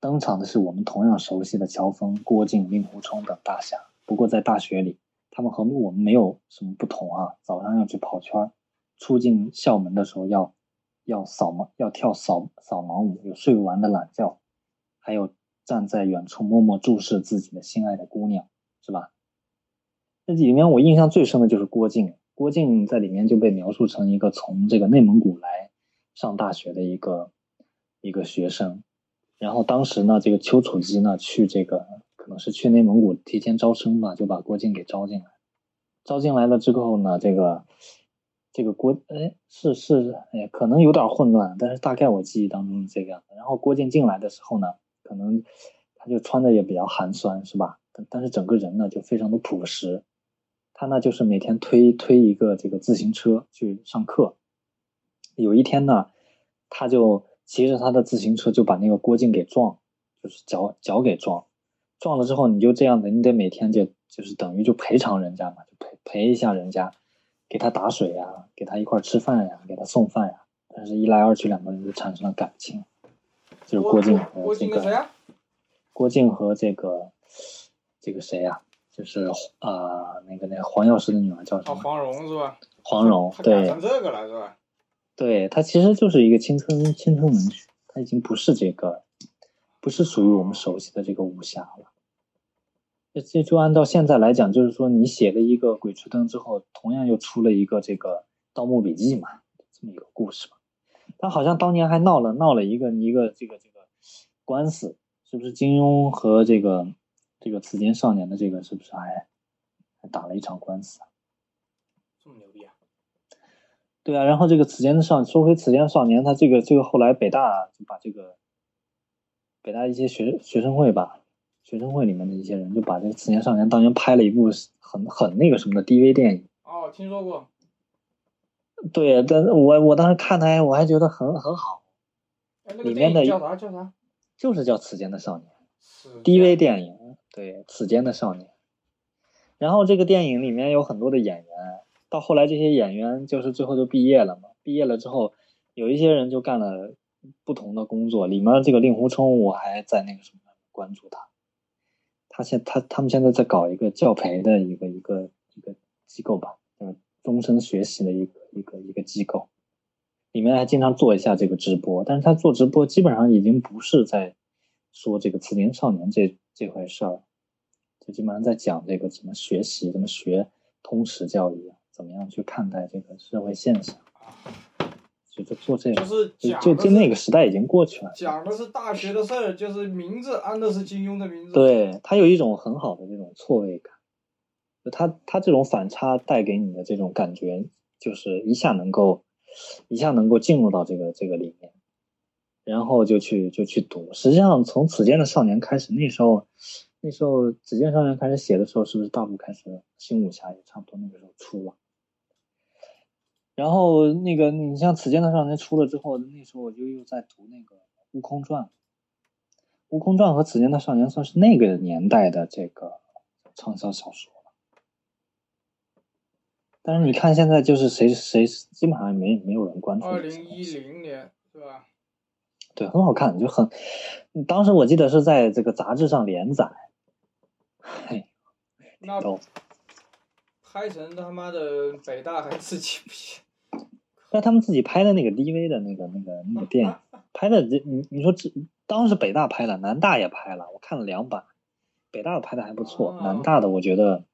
Speaker 2: 登场的是我们同样熟悉的乔峰、郭靖、令狐冲等大侠。不过在大学里，他们和我们没有什么不同啊。早上要去跑圈儿，出进校门的时候要要扫盲，要跳扫扫盲舞，有睡不完的懒觉，还有站在远处默默注视自己的心爱的姑娘，是吧？这里面我印象最深的就是郭靖，郭靖在里面就被描述成一个从这个内蒙古来上大学的一个一个学生，然后当时呢，这个丘处机呢去这个可能是去内蒙古提前招生吧，就把郭靖给招进来。招进来了之后呢，这个这个郭哎是是哎可能有点混乱，但是大概我记忆当中是这个样子。然后郭靖进来的时候呢，可能他就穿的也比较寒酸，是吧？但但是整个人呢就非常的朴实。他呢就是每天推推一个这个自行车去上课。有一天呢，他就骑着他的自行车就把那个郭靖给撞，就是脚脚给撞。撞了之后，你就这样子，你得每天就就是等于就赔偿人家嘛，就赔赔一下人家，给他打水呀、给他一块儿吃饭呀、给他送饭呀、但是，一来二去，两个人就产生了感情，就是郭靖和
Speaker 1: 郭郭
Speaker 2: 这
Speaker 1: 靖
Speaker 2: 个
Speaker 1: 跟谁啊？
Speaker 2: 郭靖和这个这个谁呀、就是啊、呃那个那个黄药师的女儿叫什
Speaker 1: 哦，
Speaker 2: 么？
Speaker 1: 黄蓉是吧？
Speaker 2: 黄蓉
Speaker 1: 他改
Speaker 2: 对
Speaker 1: 成这个了是吧？
Speaker 2: 对，它其实就是一个青春青春文学，它已经不是这个，不是属于我们熟悉的这个武侠了。这这就按照现在来讲，就是说你写了一个《鬼吹灯》之后，同样又出了一个这个《盗墓笔记》嘛，这么一个故事嘛。他好像当年还闹了闹了一个一个这个这个官司，是不是金庸和这个这个此间少年的这个是不是还还打了一场官司啊？
Speaker 1: 这么牛逼啊！
Speaker 2: 对啊，然后这个此间的少，说回此间少年，他这个这个后来北大就把这个北大一些学学生会吧，学生会里面的一些人就把这个此间少年当年拍了一部很很那个什么的 DV 电影。
Speaker 1: 哦，听说过，
Speaker 2: 对，啊但是我我当时看他，哎我还觉得很很好，
Speaker 1: 哎，那
Speaker 2: 里
Speaker 1: 个
Speaker 2: 面
Speaker 1: 电
Speaker 2: 的
Speaker 1: 影叫啥叫啥
Speaker 2: 就是叫《此间的少年》。
Speaker 1: 是
Speaker 2: DV 电影，对《此间的少年》。然后这个电影里面有很多的演员，到后来这些演员就是最后就毕业了嘛。毕业了之后，有一些人就干了不同的工作。里面这个令狐冲，我还在那个什么关注他。他现他他们现在在搞一个教培的一个一个一个机构吧，嗯，终身学习的一个一个一个机构，里面还经常做一下这个直播，但是他做直播基本上已经不是在说这个慈年少年这这回事儿，就基本上在讲这个怎么学习，怎么学通识教育，啊怎么样去看待这个社会现象，啊就就做这
Speaker 1: 就
Speaker 2: 个，
Speaker 1: 是
Speaker 2: 就
Speaker 1: 讲
Speaker 2: 就
Speaker 1: 的
Speaker 2: 就是那个时代已经过去了。
Speaker 1: 讲的是大学的事儿，就是名字安的是金庸的名字，，
Speaker 2: 对他有一种很好的这种错位感，就他他这种反差带给你的这种感觉，就是一下能够一下能够进入到这个这个里面，然后就去就去读。实际上，从《此间的少年》开始，那时候那时候《此间少年》开始写的时候，是不是大陆开始新武侠也差不多那个时候出了？然后那个你像《此间的少年》出了之后，那时候我就又在读那个《悟空传》。《悟空传》和《此间的少年》算是那个年代的这个畅销小说了。但是你看现在，就是谁谁基本上也没没有人关注
Speaker 1: 二
Speaker 2: 这些
Speaker 1: 零
Speaker 2: 东
Speaker 1: 一
Speaker 2: 西。
Speaker 1: 零年是吧？
Speaker 2: 对，很好看，就很。当时我记得是在这个杂志上连载，嘿，
Speaker 1: 那
Speaker 2: 逗。
Speaker 1: 拍成他妈的北大还自己比，
Speaker 2: 但他们自己拍的那个 DV 的那个那个那个电影，拍的这你你说这当时北大拍了，南大也拍了，我看了两版，北大的拍的还不错，
Speaker 1: 哦
Speaker 2: 南大的我觉得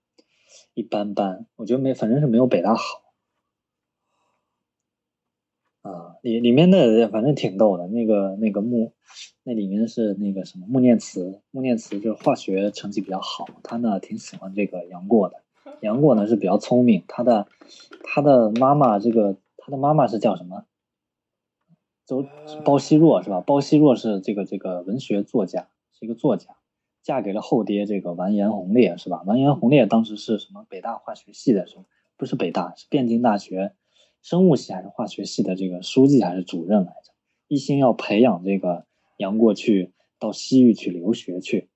Speaker 2: 一般般，我觉得没反正是没有北大好。啊，里里面的反正挺逗的，那个那个穆，那里面是那个什么穆念慈，穆念慈就是化学成绩比较好，他呢挺喜欢这个杨过的，杨过呢是比较聪明，他的他的妈妈这个他的妈妈是叫什么？周
Speaker 1: 呃
Speaker 2: 包惜弱是吧？包惜弱是这个这个文学作家，是一个作家，嫁给了后爹这个完颜洪烈是吧？完颜洪烈当时是什么北大化学系的时候，不是北大，是汴京大学生物系还是化学系的这个书记还是主任来着，一心要培养这个杨过去到西域去留学去。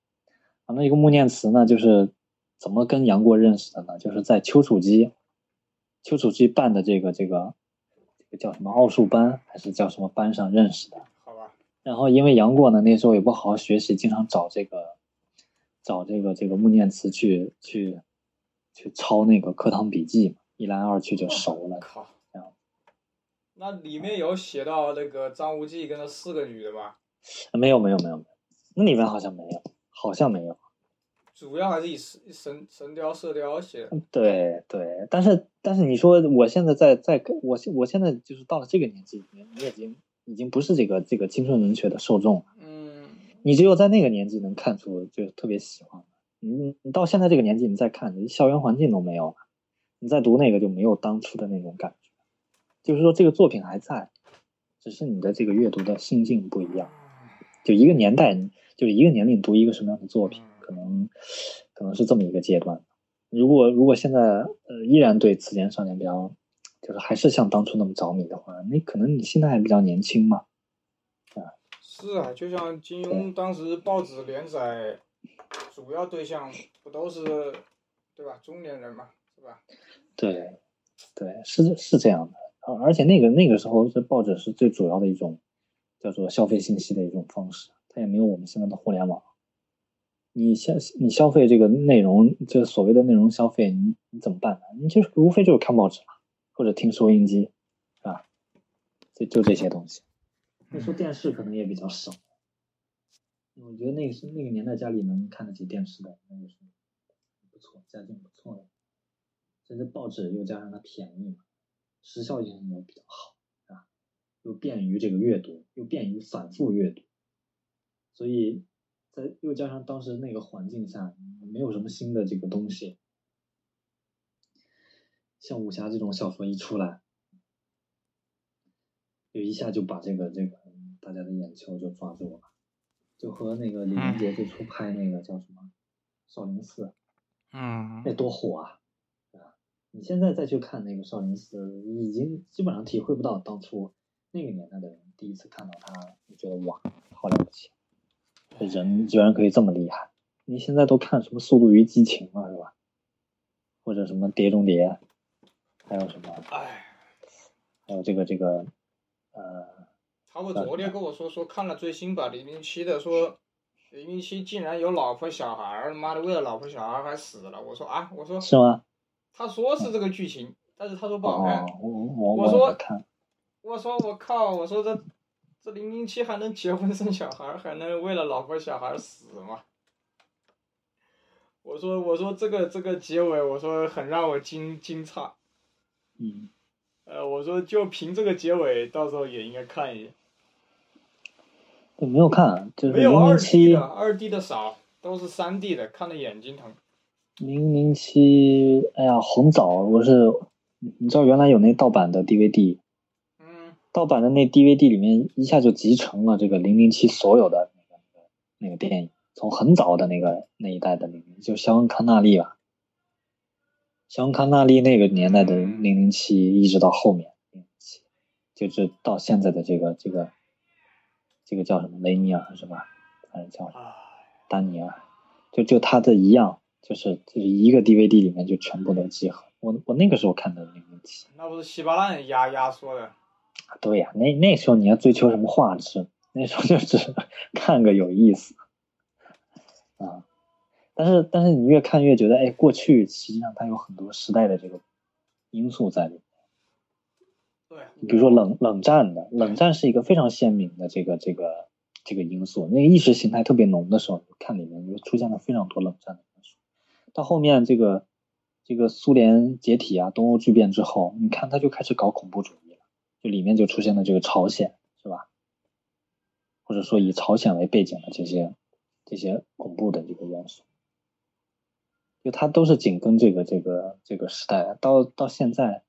Speaker 2: 啊，那一个穆念慈呢，就是怎么跟杨过认识的呢？就是在丘处机，丘处机办的这个这个这个叫什么奥数班还是叫什么班上认识的。
Speaker 1: 好吧，
Speaker 2: 然后因为杨过呢那时候也不好好学习，经常找这个找这个这个穆念慈去去去抄那个课堂笔记嘛，一来二去就熟了。
Speaker 1: 靠
Speaker 2: 这样，
Speaker 1: 那里面有写到那个张无忌跟那四个女的吧？
Speaker 2: 啊没有没有没有没有，那里面好像没有，好像没有。
Speaker 1: 主要还是以神神神雕射雕写的，
Speaker 2: 嗯对对，但是但是你说我现在在在我现我现在就是到了这个年纪，你你已经已经不是这个这个青春文学的受众了。
Speaker 1: 嗯，
Speaker 2: 你只有在那个年纪能看出就是特别喜欢的。你你到现在这个年纪，你再看，你校园环境都没有了，你再读那个就没有当初的那种感觉。就是说，这个作品还在，只是你的这个阅读的心境不一样。就一个年代，就是一个年龄读一个什么样的作品，可能可能是这么一个阶段。如果如果现在呃依然对《此间少年》比较，就是还是像当初那么着迷的话，那可能你现在还比较年轻嘛。
Speaker 1: 是啊，就像金庸当时报纸连载，主要对象不都是对吧？中年人嘛，是吧？
Speaker 2: 对，对，是是这样的，而而且那个那个时候，这报纸是最主要的一种叫做消费信息的一种方式，它也没有我们现在的互联网。你消你消费这个内容，这所谓的内容消费，你你怎么办呢？你就是无非就是看报纸了，或者听收音机，是吧？
Speaker 1: 嗯
Speaker 2: 就就这些东西。你说电视可能也比较少，我觉得那个是那个年代家里能看得起电视的，那也是不错，家境不错的。甚至报纸又加上它便宜嘛，时效性也比较好啊，又便于这个阅读，又便于反复阅读。所以在又加上当时那个环境下，没有什么新的这个东西，像武侠这种小说一出来，就一下就把这个这个大家的眼球就抓住了，就和那个李连杰最初拍那个叫什么《少林寺》，
Speaker 3: 嗯
Speaker 2: 那多火啊！啊，你现在再去看那个《少林寺》，已经基本上体会不到当初那个年代的人第一次看到他，就觉得哇，好了不起，这人居然可以这么厉害。你现在都看什么《速度与激情》了，是吧？或者什么《碟中谍》，还有什么，
Speaker 1: 哎，
Speaker 2: 还有这个这个，呃，
Speaker 1: 他们昨天跟我说说看了最新版零零七的，说零零七竟然有老婆小孩儿，妈的为了老婆小孩儿还死了。我说啊，我说
Speaker 2: 是吗？
Speaker 1: 他说是这个剧情，但是他说不好看
Speaker 2: 哦。，我我
Speaker 1: 我说
Speaker 2: 也在看，
Speaker 1: 我说我靠，我说这这零零七还能结婚生小孩儿，还能为了老婆小孩儿死吗？我说我说这个这个结尾，我说很让我惊惊诧。
Speaker 2: 嗯，
Speaker 1: 呃，我说就凭这个结尾，到时候也应该看一眼。
Speaker 2: 对，没有看，就是
Speaker 1: 没有
Speaker 2: 零零
Speaker 1: 二 D
Speaker 2: 七
Speaker 1: 的，，二 D 的少，都是三 D 的，看的眼睛疼。
Speaker 2: 零零七，哎呀，很早，我是，你知道原来有那盗版的 DVD，
Speaker 1: 嗯，
Speaker 2: 盗版的那 DVD 里面一下就集成了这个零零七所有的那个那个电影，从很早的那个那一代的零零，就肖恩康纳利吧，肖恩康纳利那个年代的零零七，一直到后面零零七，就是到现在的这个这个这个叫什么雷尼尔是吧？还是叫
Speaker 1: 啊，
Speaker 2: 丹尼尔，就就他的一样，就是就是一个 DVD 里面就全部都集合。我我那个时候看的零零七，
Speaker 1: 那不是稀巴烂压压缩的。
Speaker 2: 对呀、那那时候你要追求什么画质？那时候就只是 看个有意思啊。但是但是你越看越觉得，哎，过去实际上它有很多时代的这个因素在里面。
Speaker 1: 对，
Speaker 2: 比如说冷冷战的，冷战是一个非常鲜明的这个这个这个因素，那个意识形态特别浓的时候，你看里面就出现了非常多冷战的因素。到后面这个这个苏联解体啊，东欧巨变之后，你看他就开始搞恐怖主义了，就里面就出现了这个朝鲜，是吧？或者说以朝鲜为背景的这些这些恐怖的这个元素。就它都是紧跟这个这个这个时代，到到现在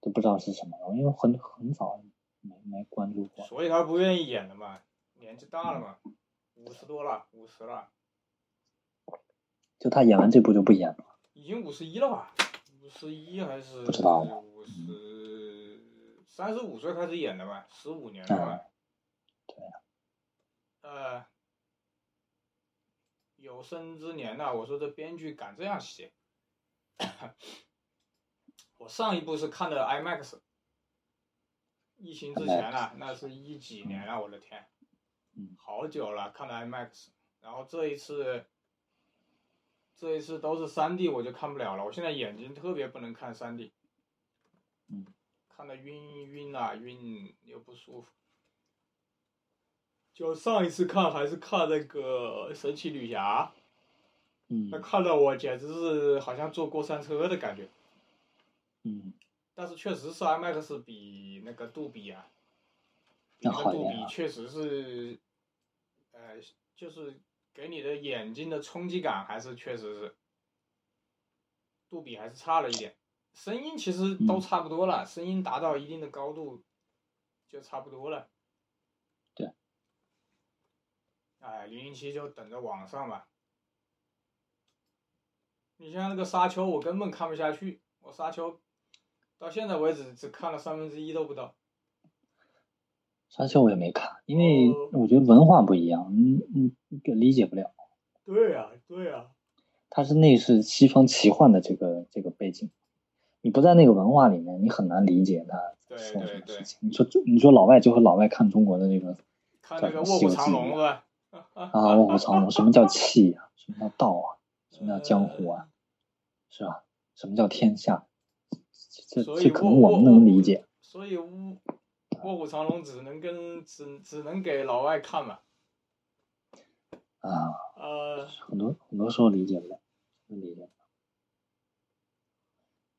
Speaker 2: 都不知道是什么了，因为很很早没没关注过。
Speaker 1: 所以他不愿意演了嘛，年纪大了嘛，五十多了，五十了，
Speaker 2: 就他演完这部就不演了，
Speaker 1: 已经五十一了吧？五十一还是
Speaker 2: 不知道
Speaker 1: 五十三十五岁开始演的吧？十五年了吧？
Speaker 2: 对
Speaker 1: 啊呃，有生之年呐、我说这编剧敢这样写。我上一部是看的 IMAX，疫情之前了、那是一几年了、我的天
Speaker 2: 嗯，
Speaker 1: 好久了，看的 IMAX。然后这一次，这一次都是3 D，我就看不了了。我现在眼睛特别不能看3 D，
Speaker 2: 嗯，
Speaker 1: 看的晕晕啊晕，又不舒服。就上一次看还是看那个神奇女侠，
Speaker 2: 嗯
Speaker 1: 那看的我简直是好像坐过山车的感觉。
Speaker 2: 嗯，
Speaker 1: 但是确实是 IMAX 比那个杜比啊，比
Speaker 2: 那
Speaker 1: 那个
Speaker 2: 好
Speaker 1: 杜
Speaker 2: 点
Speaker 1: 比
Speaker 2: 啊
Speaker 1: 确实是，呃，就是给你的眼睛的冲击感还是确实是，杜比还是差了一点。声音其实都
Speaker 2: 嗯
Speaker 1: 差不多了，声音达到一定的高度就差不多了。
Speaker 2: 对。
Speaker 1: 哎，零零七就等着网上吧。你像那个沙丘，我根本看不下去。我沙丘到现在为止只看了三分之一都不到。
Speaker 2: 沙丘我也没看，因为
Speaker 1: 哦
Speaker 2: 我觉得文化不一样，嗯嗯，理解不了。
Speaker 1: 对呀、对呀、
Speaker 2: 它是那是西方奇幻的这个这个背景，你不在那个文化里面，你很难理解它在
Speaker 1: 对
Speaker 2: 说什么
Speaker 1: 对
Speaker 2: 事
Speaker 1: 对
Speaker 2: 情。你说你说老外就和老外看中国的这个
Speaker 1: 看那个《卧虎藏龙》吧。
Speaker 2: 啊，卧虎藏龙，什么叫气啊？什么叫道啊？什么叫江湖啊？是吧？什么叫天下？这这
Speaker 1: 所
Speaker 2: 这
Speaker 1: 以
Speaker 2: 可
Speaker 1: 卧
Speaker 2: 能我
Speaker 1: 卧
Speaker 2: 们能理解。。
Speaker 1: 所以卧卧虎藏龙只能跟只只能给老外看嘛。
Speaker 2: 啊，
Speaker 1: 呃，
Speaker 2: 很多很多时候理解不了，真理解不了。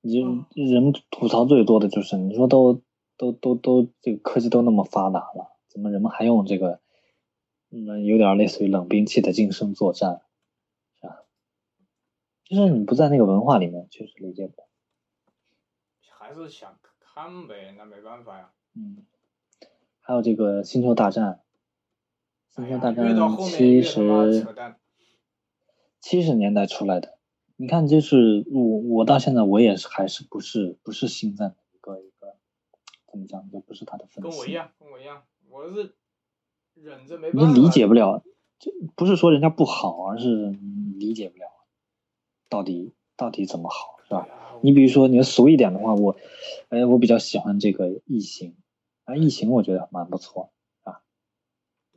Speaker 2: 你就
Speaker 1: 嗯
Speaker 2: 人吐槽最多的就是，你说都都都都这个科技都那么发达了，怎么人们还用这个，嗯，有点类似于冷兵器的近身作战，是吧？就是你不在那个文化里面，确实理解不了。
Speaker 1: 还是想看呗，那没办法呀。
Speaker 2: 嗯，还有这个《星球大战》，《
Speaker 1: 哎
Speaker 2: 星球
Speaker 1: 呀
Speaker 2: 大，
Speaker 1: 越
Speaker 2: 战
Speaker 1: 到后》面
Speaker 2: 七
Speaker 1: 越他妈
Speaker 2: 十
Speaker 1: 扯淡。
Speaker 2: 七十年代出来的，你看，就是我我到现在我也是还是不是不是星赞的一个一个怎么讲，就不是他的粉丝，
Speaker 1: 跟我一样，跟我一样，我是忍着没
Speaker 2: 你
Speaker 1: 办法。哎
Speaker 2: 理解不了，就不是说人家不好，而是你理解不了到底到底怎么好，是吧？
Speaker 1: 对啊
Speaker 2: 你比如说，你俗一点的话，我，哎，我比较喜欢这个异形，啊，异形我觉得蛮不错啊，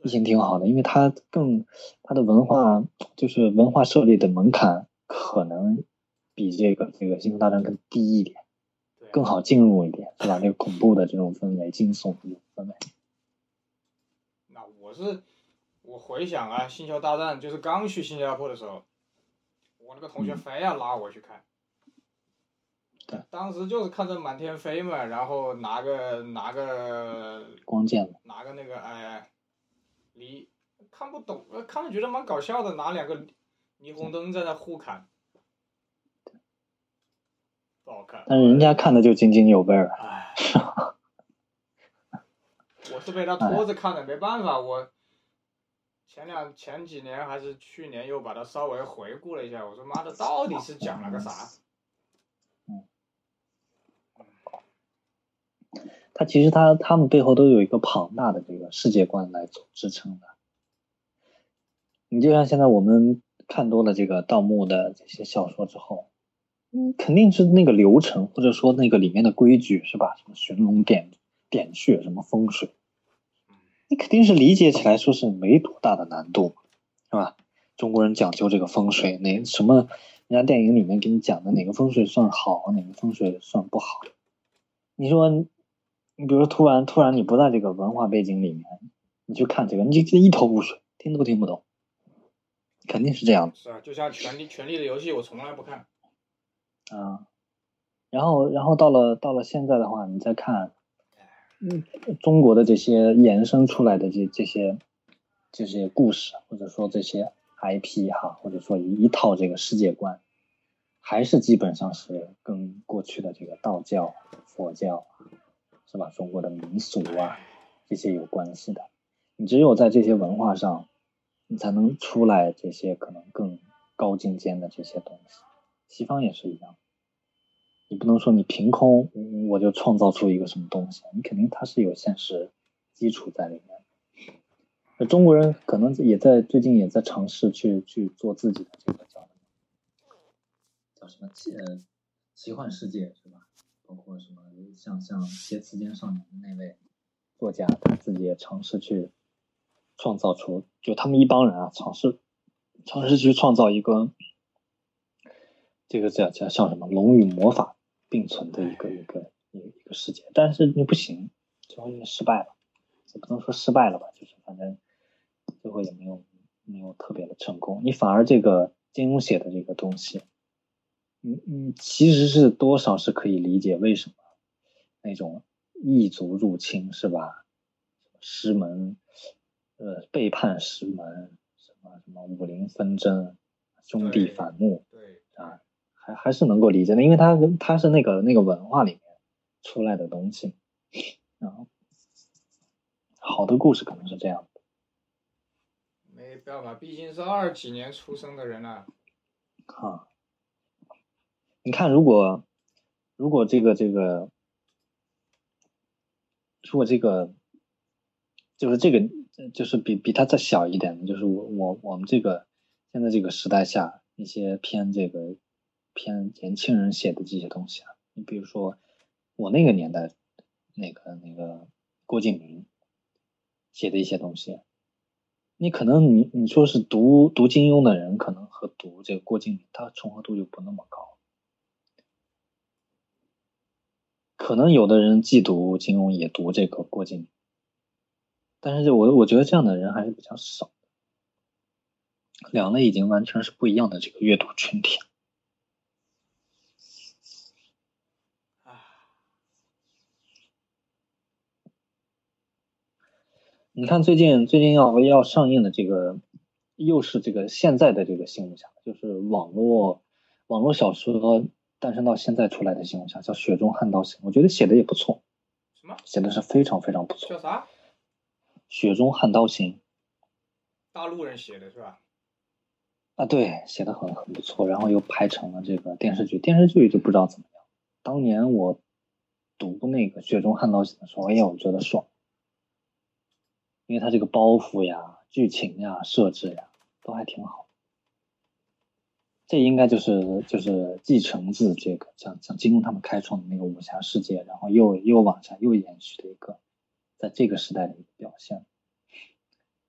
Speaker 2: 异形挺好的，因为它更它的文化就是文化涉猎的门槛可能比这个这个星球大战更低一点，
Speaker 1: 对啊
Speaker 2: 更好进入一点，是吧？这个恐怖的这种氛围，惊悚的这种氛围，
Speaker 1: 那我是我回想啊，《星球大战》就是刚去新加坡的时候，我那个同学
Speaker 2: 嗯
Speaker 1: 非要拉我去看。
Speaker 2: 对
Speaker 1: 当时就是看着满天飞嘛，然后拿个拿个
Speaker 2: 光剑嘛，
Speaker 1: 拿个那个哎，离看不懂，呃看着觉得蛮搞笑的，拿两个霓虹灯在那互砍，不好看。
Speaker 2: 但是人家看的就津津有味儿，啊
Speaker 1: 唉，我是被他拖着看的，没办法，我前两前几年还是去年又把它稍微回顾了一下，我说妈的，到底是讲了个啥？
Speaker 2: 它其实它他们背后都有一个庞大的这个世界观来做支撑的。你就像现在我们看多了这个盗墓的这些小说之后，嗯，肯定是那个流程或者说那个里面的规矩是吧？什么寻龙点点穴，什么风水，你肯定是理解起来说是没多大的难度，是吧？中国人讲究这个风水，哪什么人家电影里面给你讲的哪个风水算好，哪个风水算不好。你说，你比如说突然突然你不在这个文化背景里面，你去看这个，你就一头雾水，听都听不懂，肯定是这样
Speaker 1: 是啊，就像《权力权力的游戏》，我从来不看。
Speaker 2: 的啊。然后然后到了到了现在的话，你再看，嗯，中国的这些延伸出来的这这些这些故事，或者说这些 IP 哈，或者说一一套这个世界观，还是基本上是跟过去的这个道教、佛教，是吧？中国的民俗啊，这些有关系的。你只有在这些文化上，你才能出来这些可能更高精尖的这些东西。西方也是一样，你不能说你凭空嗯我就创造出一个什么东西，你肯定它是有现实基础在里面的。而中国人可能也在最近也在尝试去去做自己的这个叫什么叫什么奇呃奇幻世界是吧？包括什么像像《些词间少年》的那位作家，他自己也尝试去创造出，就他们一帮人啊，尝试尝试去创造一个这个叫叫叫什么“龙与魔法”并存的一个一个一个一个世界，但是你不行，最后也失败了，也不能说失败了吧，就是反正最后也没有没有特别的成功，你反而这个金庸写的这个东西。嗯嗯，其实是多少是可以理解为什么那种异族入侵是吧？师门，呃，背叛师门，什么什么武林纷争，兄弟
Speaker 1: 对
Speaker 2: 反目，
Speaker 1: 对，
Speaker 2: 啊，还还是能够理解的，因为它跟它是那个那个文化里面出来的东西，啊，好的故事可能是这样的，
Speaker 1: 没办法，毕竟是二几年出生的人了、
Speaker 2: 啊。你看，如果如果这个这个，如果这个就是这个就是比比他再小一点的，就是我我我们这个现在这个时代下一些偏这个偏年轻人写的这些东西啊，你比如说我那个年代那个那个郭敬明写的一些东西，啊你可能你你说是读读金庸的人，可能和读这个郭敬明，他重合度就不那么高。可能有的人既读金庸也读这个郭敬明，但是我我觉得这样的人还是比较少。两类已经完全是不一样的这个阅读群体。你看最近最近要要上映的这个，又是这个现在的这个新武侠，就是网络网络小说诞生到现在出来的新武侠，叫《雪中悍刀行》，我觉得写的也不错，
Speaker 1: 什么
Speaker 2: 写的是非常非常不错，
Speaker 1: 叫
Speaker 2: 《
Speaker 1: 啥？
Speaker 2: 雪中悍刀行》
Speaker 1: 大陆人写的是吧？
Speaker 2: 啊，对，写的很很不错，然后又拍成了这个电视剧，电视剧就不知道怎么样。当年我读那个《雪中悍刀行》的时候，哎呀，我觉得爽，因为它这个包袱呀、剧情呀、设置呀，都还挺好。这应该就是就是继承自这个像像金庸他们开创的那个武侠世界，然后又又往下又延续的一个，在这个时代的一个表现。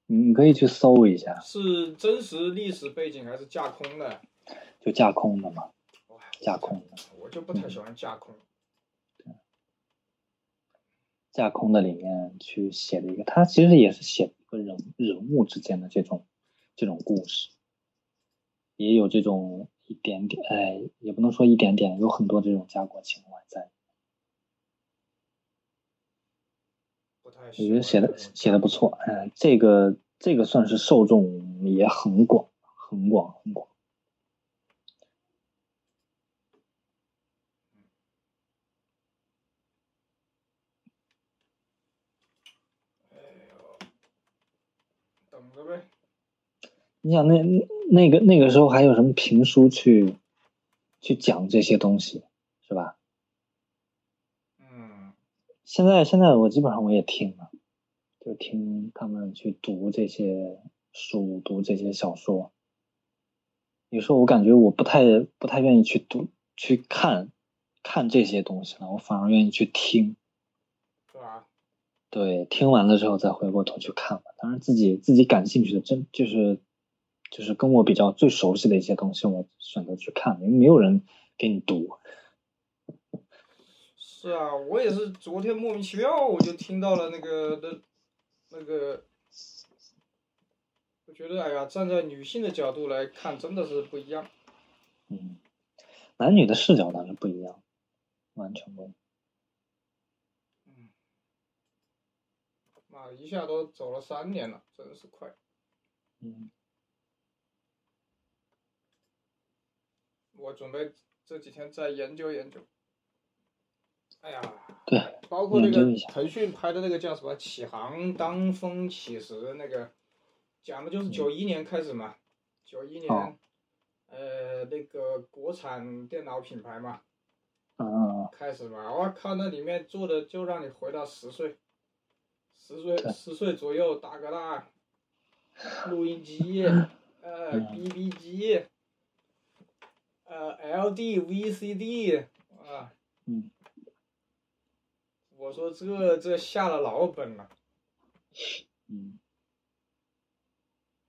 Speaker 2: 你你可以去搜一下，
Speaker 1: 是真实历史背景还是架空的？
Speaker 2: 就架空的嘛，
Speaker 1: 哇
Speaker 2: 架空的。
Speaker 1: 我就不太喜欢架空。
Speaker 2: 架空的里面去写的一个，他其实也是写一个人人物之间的这种这种故事，也有这种一点点，哎，也不能说一点点，有很多这种家国情怀在。
Speaker 1: 不太喜
Speaker 2: 我
Speaker 1: 欢
Speaker 2: 觉得写的
Speaker 1: 这种
Speaker 2: 写的不错，哎，这个这个算是受众也很广，很广，很广。
Speaker 1: 等着呗。
Speaker 2: 你想那那个那个时候还有什么评书去去讲这些东西，是吧？
Speaker 1: 嗯，
Speaker 2: 现在现在我基本上我也听了，就听他们去读这些书，读这些小说。有时候我感觉我不太不太愿意去读去看看这些东西了，我反而愿意去听。
Speaker 1: 是吧？
Speaker 2: 对，听完了之后再回过头去看吧。当然自己自己感兴趣的，真就是就是跟我比较最熟悉的一些东西，我选择去看，因为没有人给你读。
Speaker 1: 是啊，我也是昨天莫名其妙我就听到了那个的，那个，我觉得哎呀，站在女性的角度来看，真的是不一样。
Speaker 2: 嗯，男女的视角当然不一样，完全不一样。
Speaker 1: 嗯，妈的，一下都走了三年了，真是快。
Speaker 2: 嗯。
Speaker 1: 我准备这几天再研究研究。哎呀，
Speaker 2: 对，
Speaker 1: 包括那
Speaker 2: 研究
Speaker 1: 个
Speaker 2: 一下
Speaker 1: 腾讯拍的那个叫什么《起航当风起时》那个，讲的就是九一年开始嘛，九一年，
Speaker 2: 嗯哦
Speaker 1: 呃，那个国产电脑品牌嘛
Speaker 2: 嗯，
Speaker 1: 开始嘛，我靠，那里面做的就让你回到十岁，十岁
Speaker 2: 对
Speaker 1: 十岁左右打个大，录音机，呃
Speaker 2: 嗯
Speaker 1: ，BB 机，呃，LD、VCD 啊，
Speaker 2: 嗯，
Speaker 1: 我说这这下了老本了，
Speaker 2: 嗯，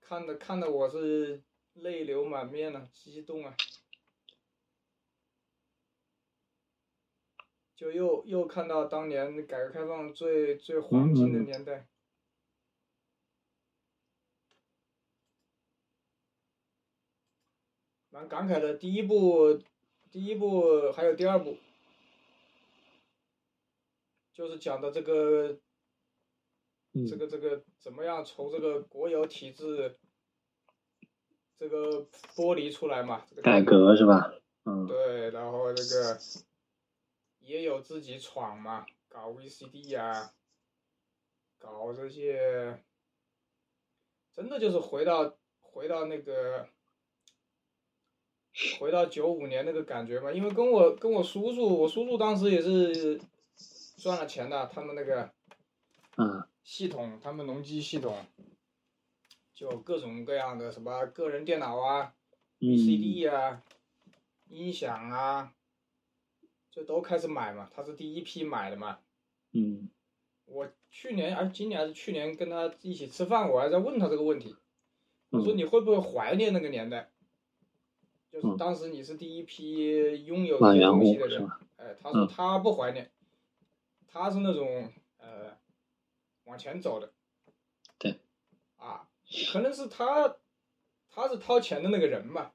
Speaker 1: 看的看的我是泪流满面了，激动啊！就又又看到当年改革开放最最黄金的
Speaker 2: 嗯嗯嗯
Speaker 1: 年代，蛮感慨的。第一部，第一部还有第二部，就是讲的这个
Speaker 2: 嗯
Speaker 1: 这个这个怎么样从这个国有体制这个剥离出来嘛？这个
Speaker 2: 嗯改革是吧？嗯，
Speaker 1: 对，然后这个也有自己闯嘛，搞 VCD 呀、搞这些，真的就是回到回到那个回到九五年那个感觉嘛。因为跟我跟我叔叔，我叔叔当时也是赚了钱的，他们那个。
Speaker 2: 嗯，
Speaker 1: 系统，他们农机系统，就各种各样的什么个人电脑啊、
Speaker 2: 嗯，
Speaker 1: VCD 啊、音响啊，就都开始买嘛。他是第一批买的嘛。
Speaker 2: 嗯，
Speaker 1: 我去年，哎，今年还是去年跟他一起吃饭，我还在问他这个问题，我说
Speaker 2: 嗯
Speaker 1: 你会不会怀念那个年代？就是
Speaker 2: 嗯
Speaker 1: 当时你是第一批拥有这
Speaker 2: 万
Speaker 1: 些
Speaker 2: 元
Speaker 1: 东西
Speaker 2: 户
Speaker 1: 的
Speaker 2: 是
Speaker 1: 人，
Speaker 2: 吧？
Speaker 1: 哎，他说
Speaker 2: 嗯
Speaker 1: 他不怀念，他是那种呃往前走的。
Speaker 2: 对。
Speaker 1: 啊，可能是他他是掏钱的那个人嘛，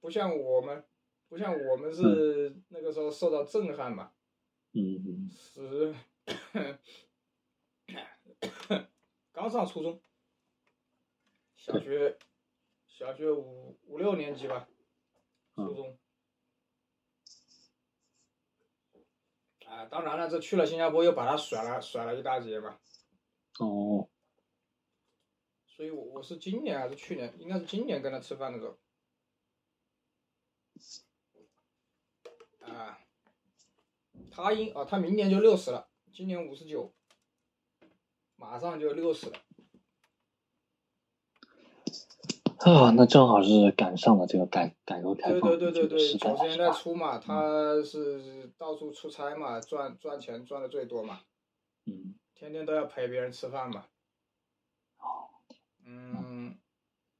Speaker 1: 不像我们，不像我们是那个时候受到震撼嘛，
Speaker 2: 嗯，
Speaker 1: 十 刚上初中，小学小学五五六年级吧，
Speaker 2: 嗯
Speaker 1: 初中。啊，当然了，这去了新加坡又把他甩了甩了一大截嘛，
Speaker 2: 哦，
Speaker 1: 所以我我是今年还是去年，应该是今年跟他吃饭的时候，啊，他应啊他明年就六十了，今年五十九，马上就六十了。
Speaker 2: 啊，那正好是赶上了这个改改革开
Speaker 1: 对
Speaker 2: 放
Speaker 1: 对对对
Speaker 2: 这个
Speaker 1: 对，
Speaker 2: 时代
Speaker 1: 九十年代
Speaker 2: 吧
Speaker 1: 初嘛，他是到处出差嘛，赚赚钱赚的最多嘛，
Speaker 2: 嗯，
Speaker 1: 天天都要陪别人吃饭嘛。
Speaker 2: 哦
Speaker 1: 嗯，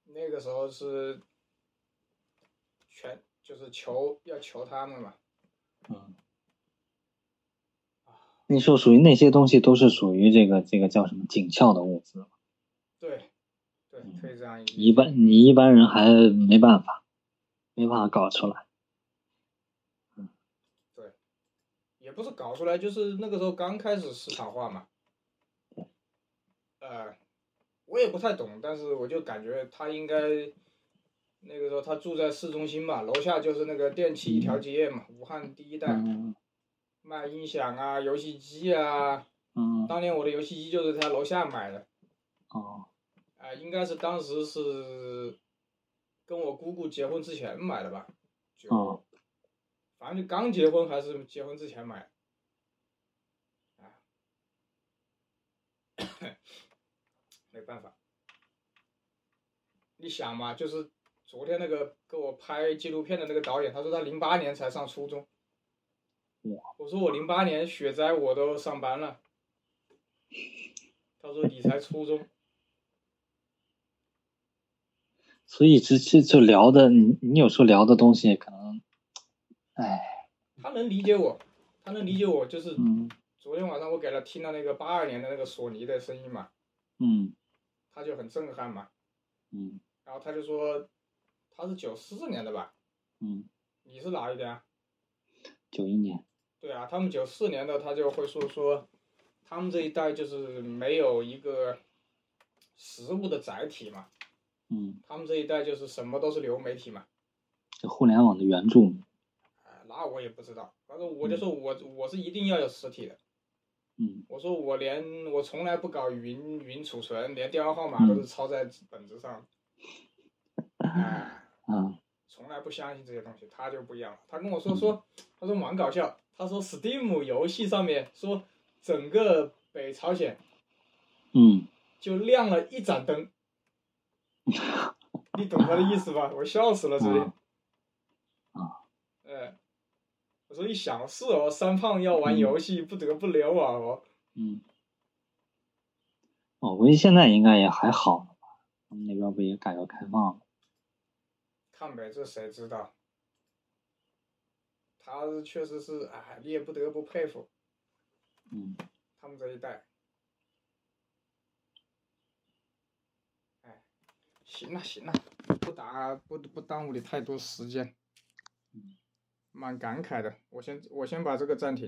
Speaker 1: 那个时候是全就是求要求他们嘛，
Speaker 2: 那时候属于那些东西都是属于这个这个叫什么紧俏的物资，
Speaker 1: 对，对，
Speaker 2: 嗯
Speaker 1: 可以这样理解
Speaker 2: 一般你一般人还没办法，没办法搞出来。
Speaker 1: 也不是搞出来，就是那个时候刚开始市场化嘛。呃，我也不太懂，但是我就感觉他应该那个时候他住在市中心嘛，楼下就是那个电器一条街嘛，武汉第一代
Speaker 2: 嗯
Speaker 1: 卖音响啊、游戏机啊。
Speaker 2: 嗯
Speaker 1: 当年我的游戏机就是在他楼下买的，
Speaker 2: 哦
Speaker 1: 啊、应该是当时是跟我姑姑结婚之前买的吧，就、
Speaker 2: 哦
Speaker 1: 反正就刚结婚还是结婚之前买的，啊，哎没办法。你想嘛，就是昨天那个给我拍纪录片的那个导演，他说他零八年才上初中
Speaker 2: 哇。
Speaker 1: 我说我零八年雪灾我都上班了，他说你才初中，
Speaker 2: 所以这这就聊的，你你有时候聊的东西可能，哎，
Speaker 1: 他能理解我，他能理解我，就是
Speaker 2: 嗯
Speaker 1: 昨天晚上我给他听到那个八二年的那个索尼的声音嘛，
Speaker 2: 嗯
Speaker 1: 他就很震撼嘛，
Speaker 2: 嗯
Speaker 1: 然后他就说他是九四年的吧，
Speaker 2: 嗯，
Speaker 1: 你是哪一年啊？
Speaker 2: 九一年，
Speaker 1: 对啊，他们九四年的他就会说说，他们这一代就是没有一个实物的载体嘛，
Speaker 2: 嗯，
Speaker 1: 他们这一代就是什么都是流媒体嘛，
Speaker 2: 这互联网的原著，
Speaker 1: 啊，那我也不知道，反正我就说我我是一定要有实体的。
Speaker 2: 嗯
Speaker 1: 我说我连我从来不搞云云储存，连电话号码都是抄在本子上，哎，
Speaker 2: 啊
Speaker 1: 从来不相信这些东西。他就不一样了，他跟我说说，他说蛮搞笑，他说 Steam 游戏上面说整个北朝鲜
Speaker 2: 嗯，
Speaker 1: 就亮了一盏灯，你懂他的意思吧？我笑死了，直接
Speaker 2: 啊。啊
Speaker 1: 哎，我说一想是哦，三胖要玩游戏不得不留网哦。
Speaker 2: 嗯，哦，估计现在应该也还好了吧？他们那边不也改革开放了？
Speaker 1: 看呗，这谁知道？他是确实是，哎，你也不得不佩服
Speaker 2: 嗯
Speaker 1: 他们这一代。哎，行了行了，不打不不耽误你太多时间
Speaker 2: 嗯，
Speaker 1: 蛮感慨的。我先我先把这个暂停。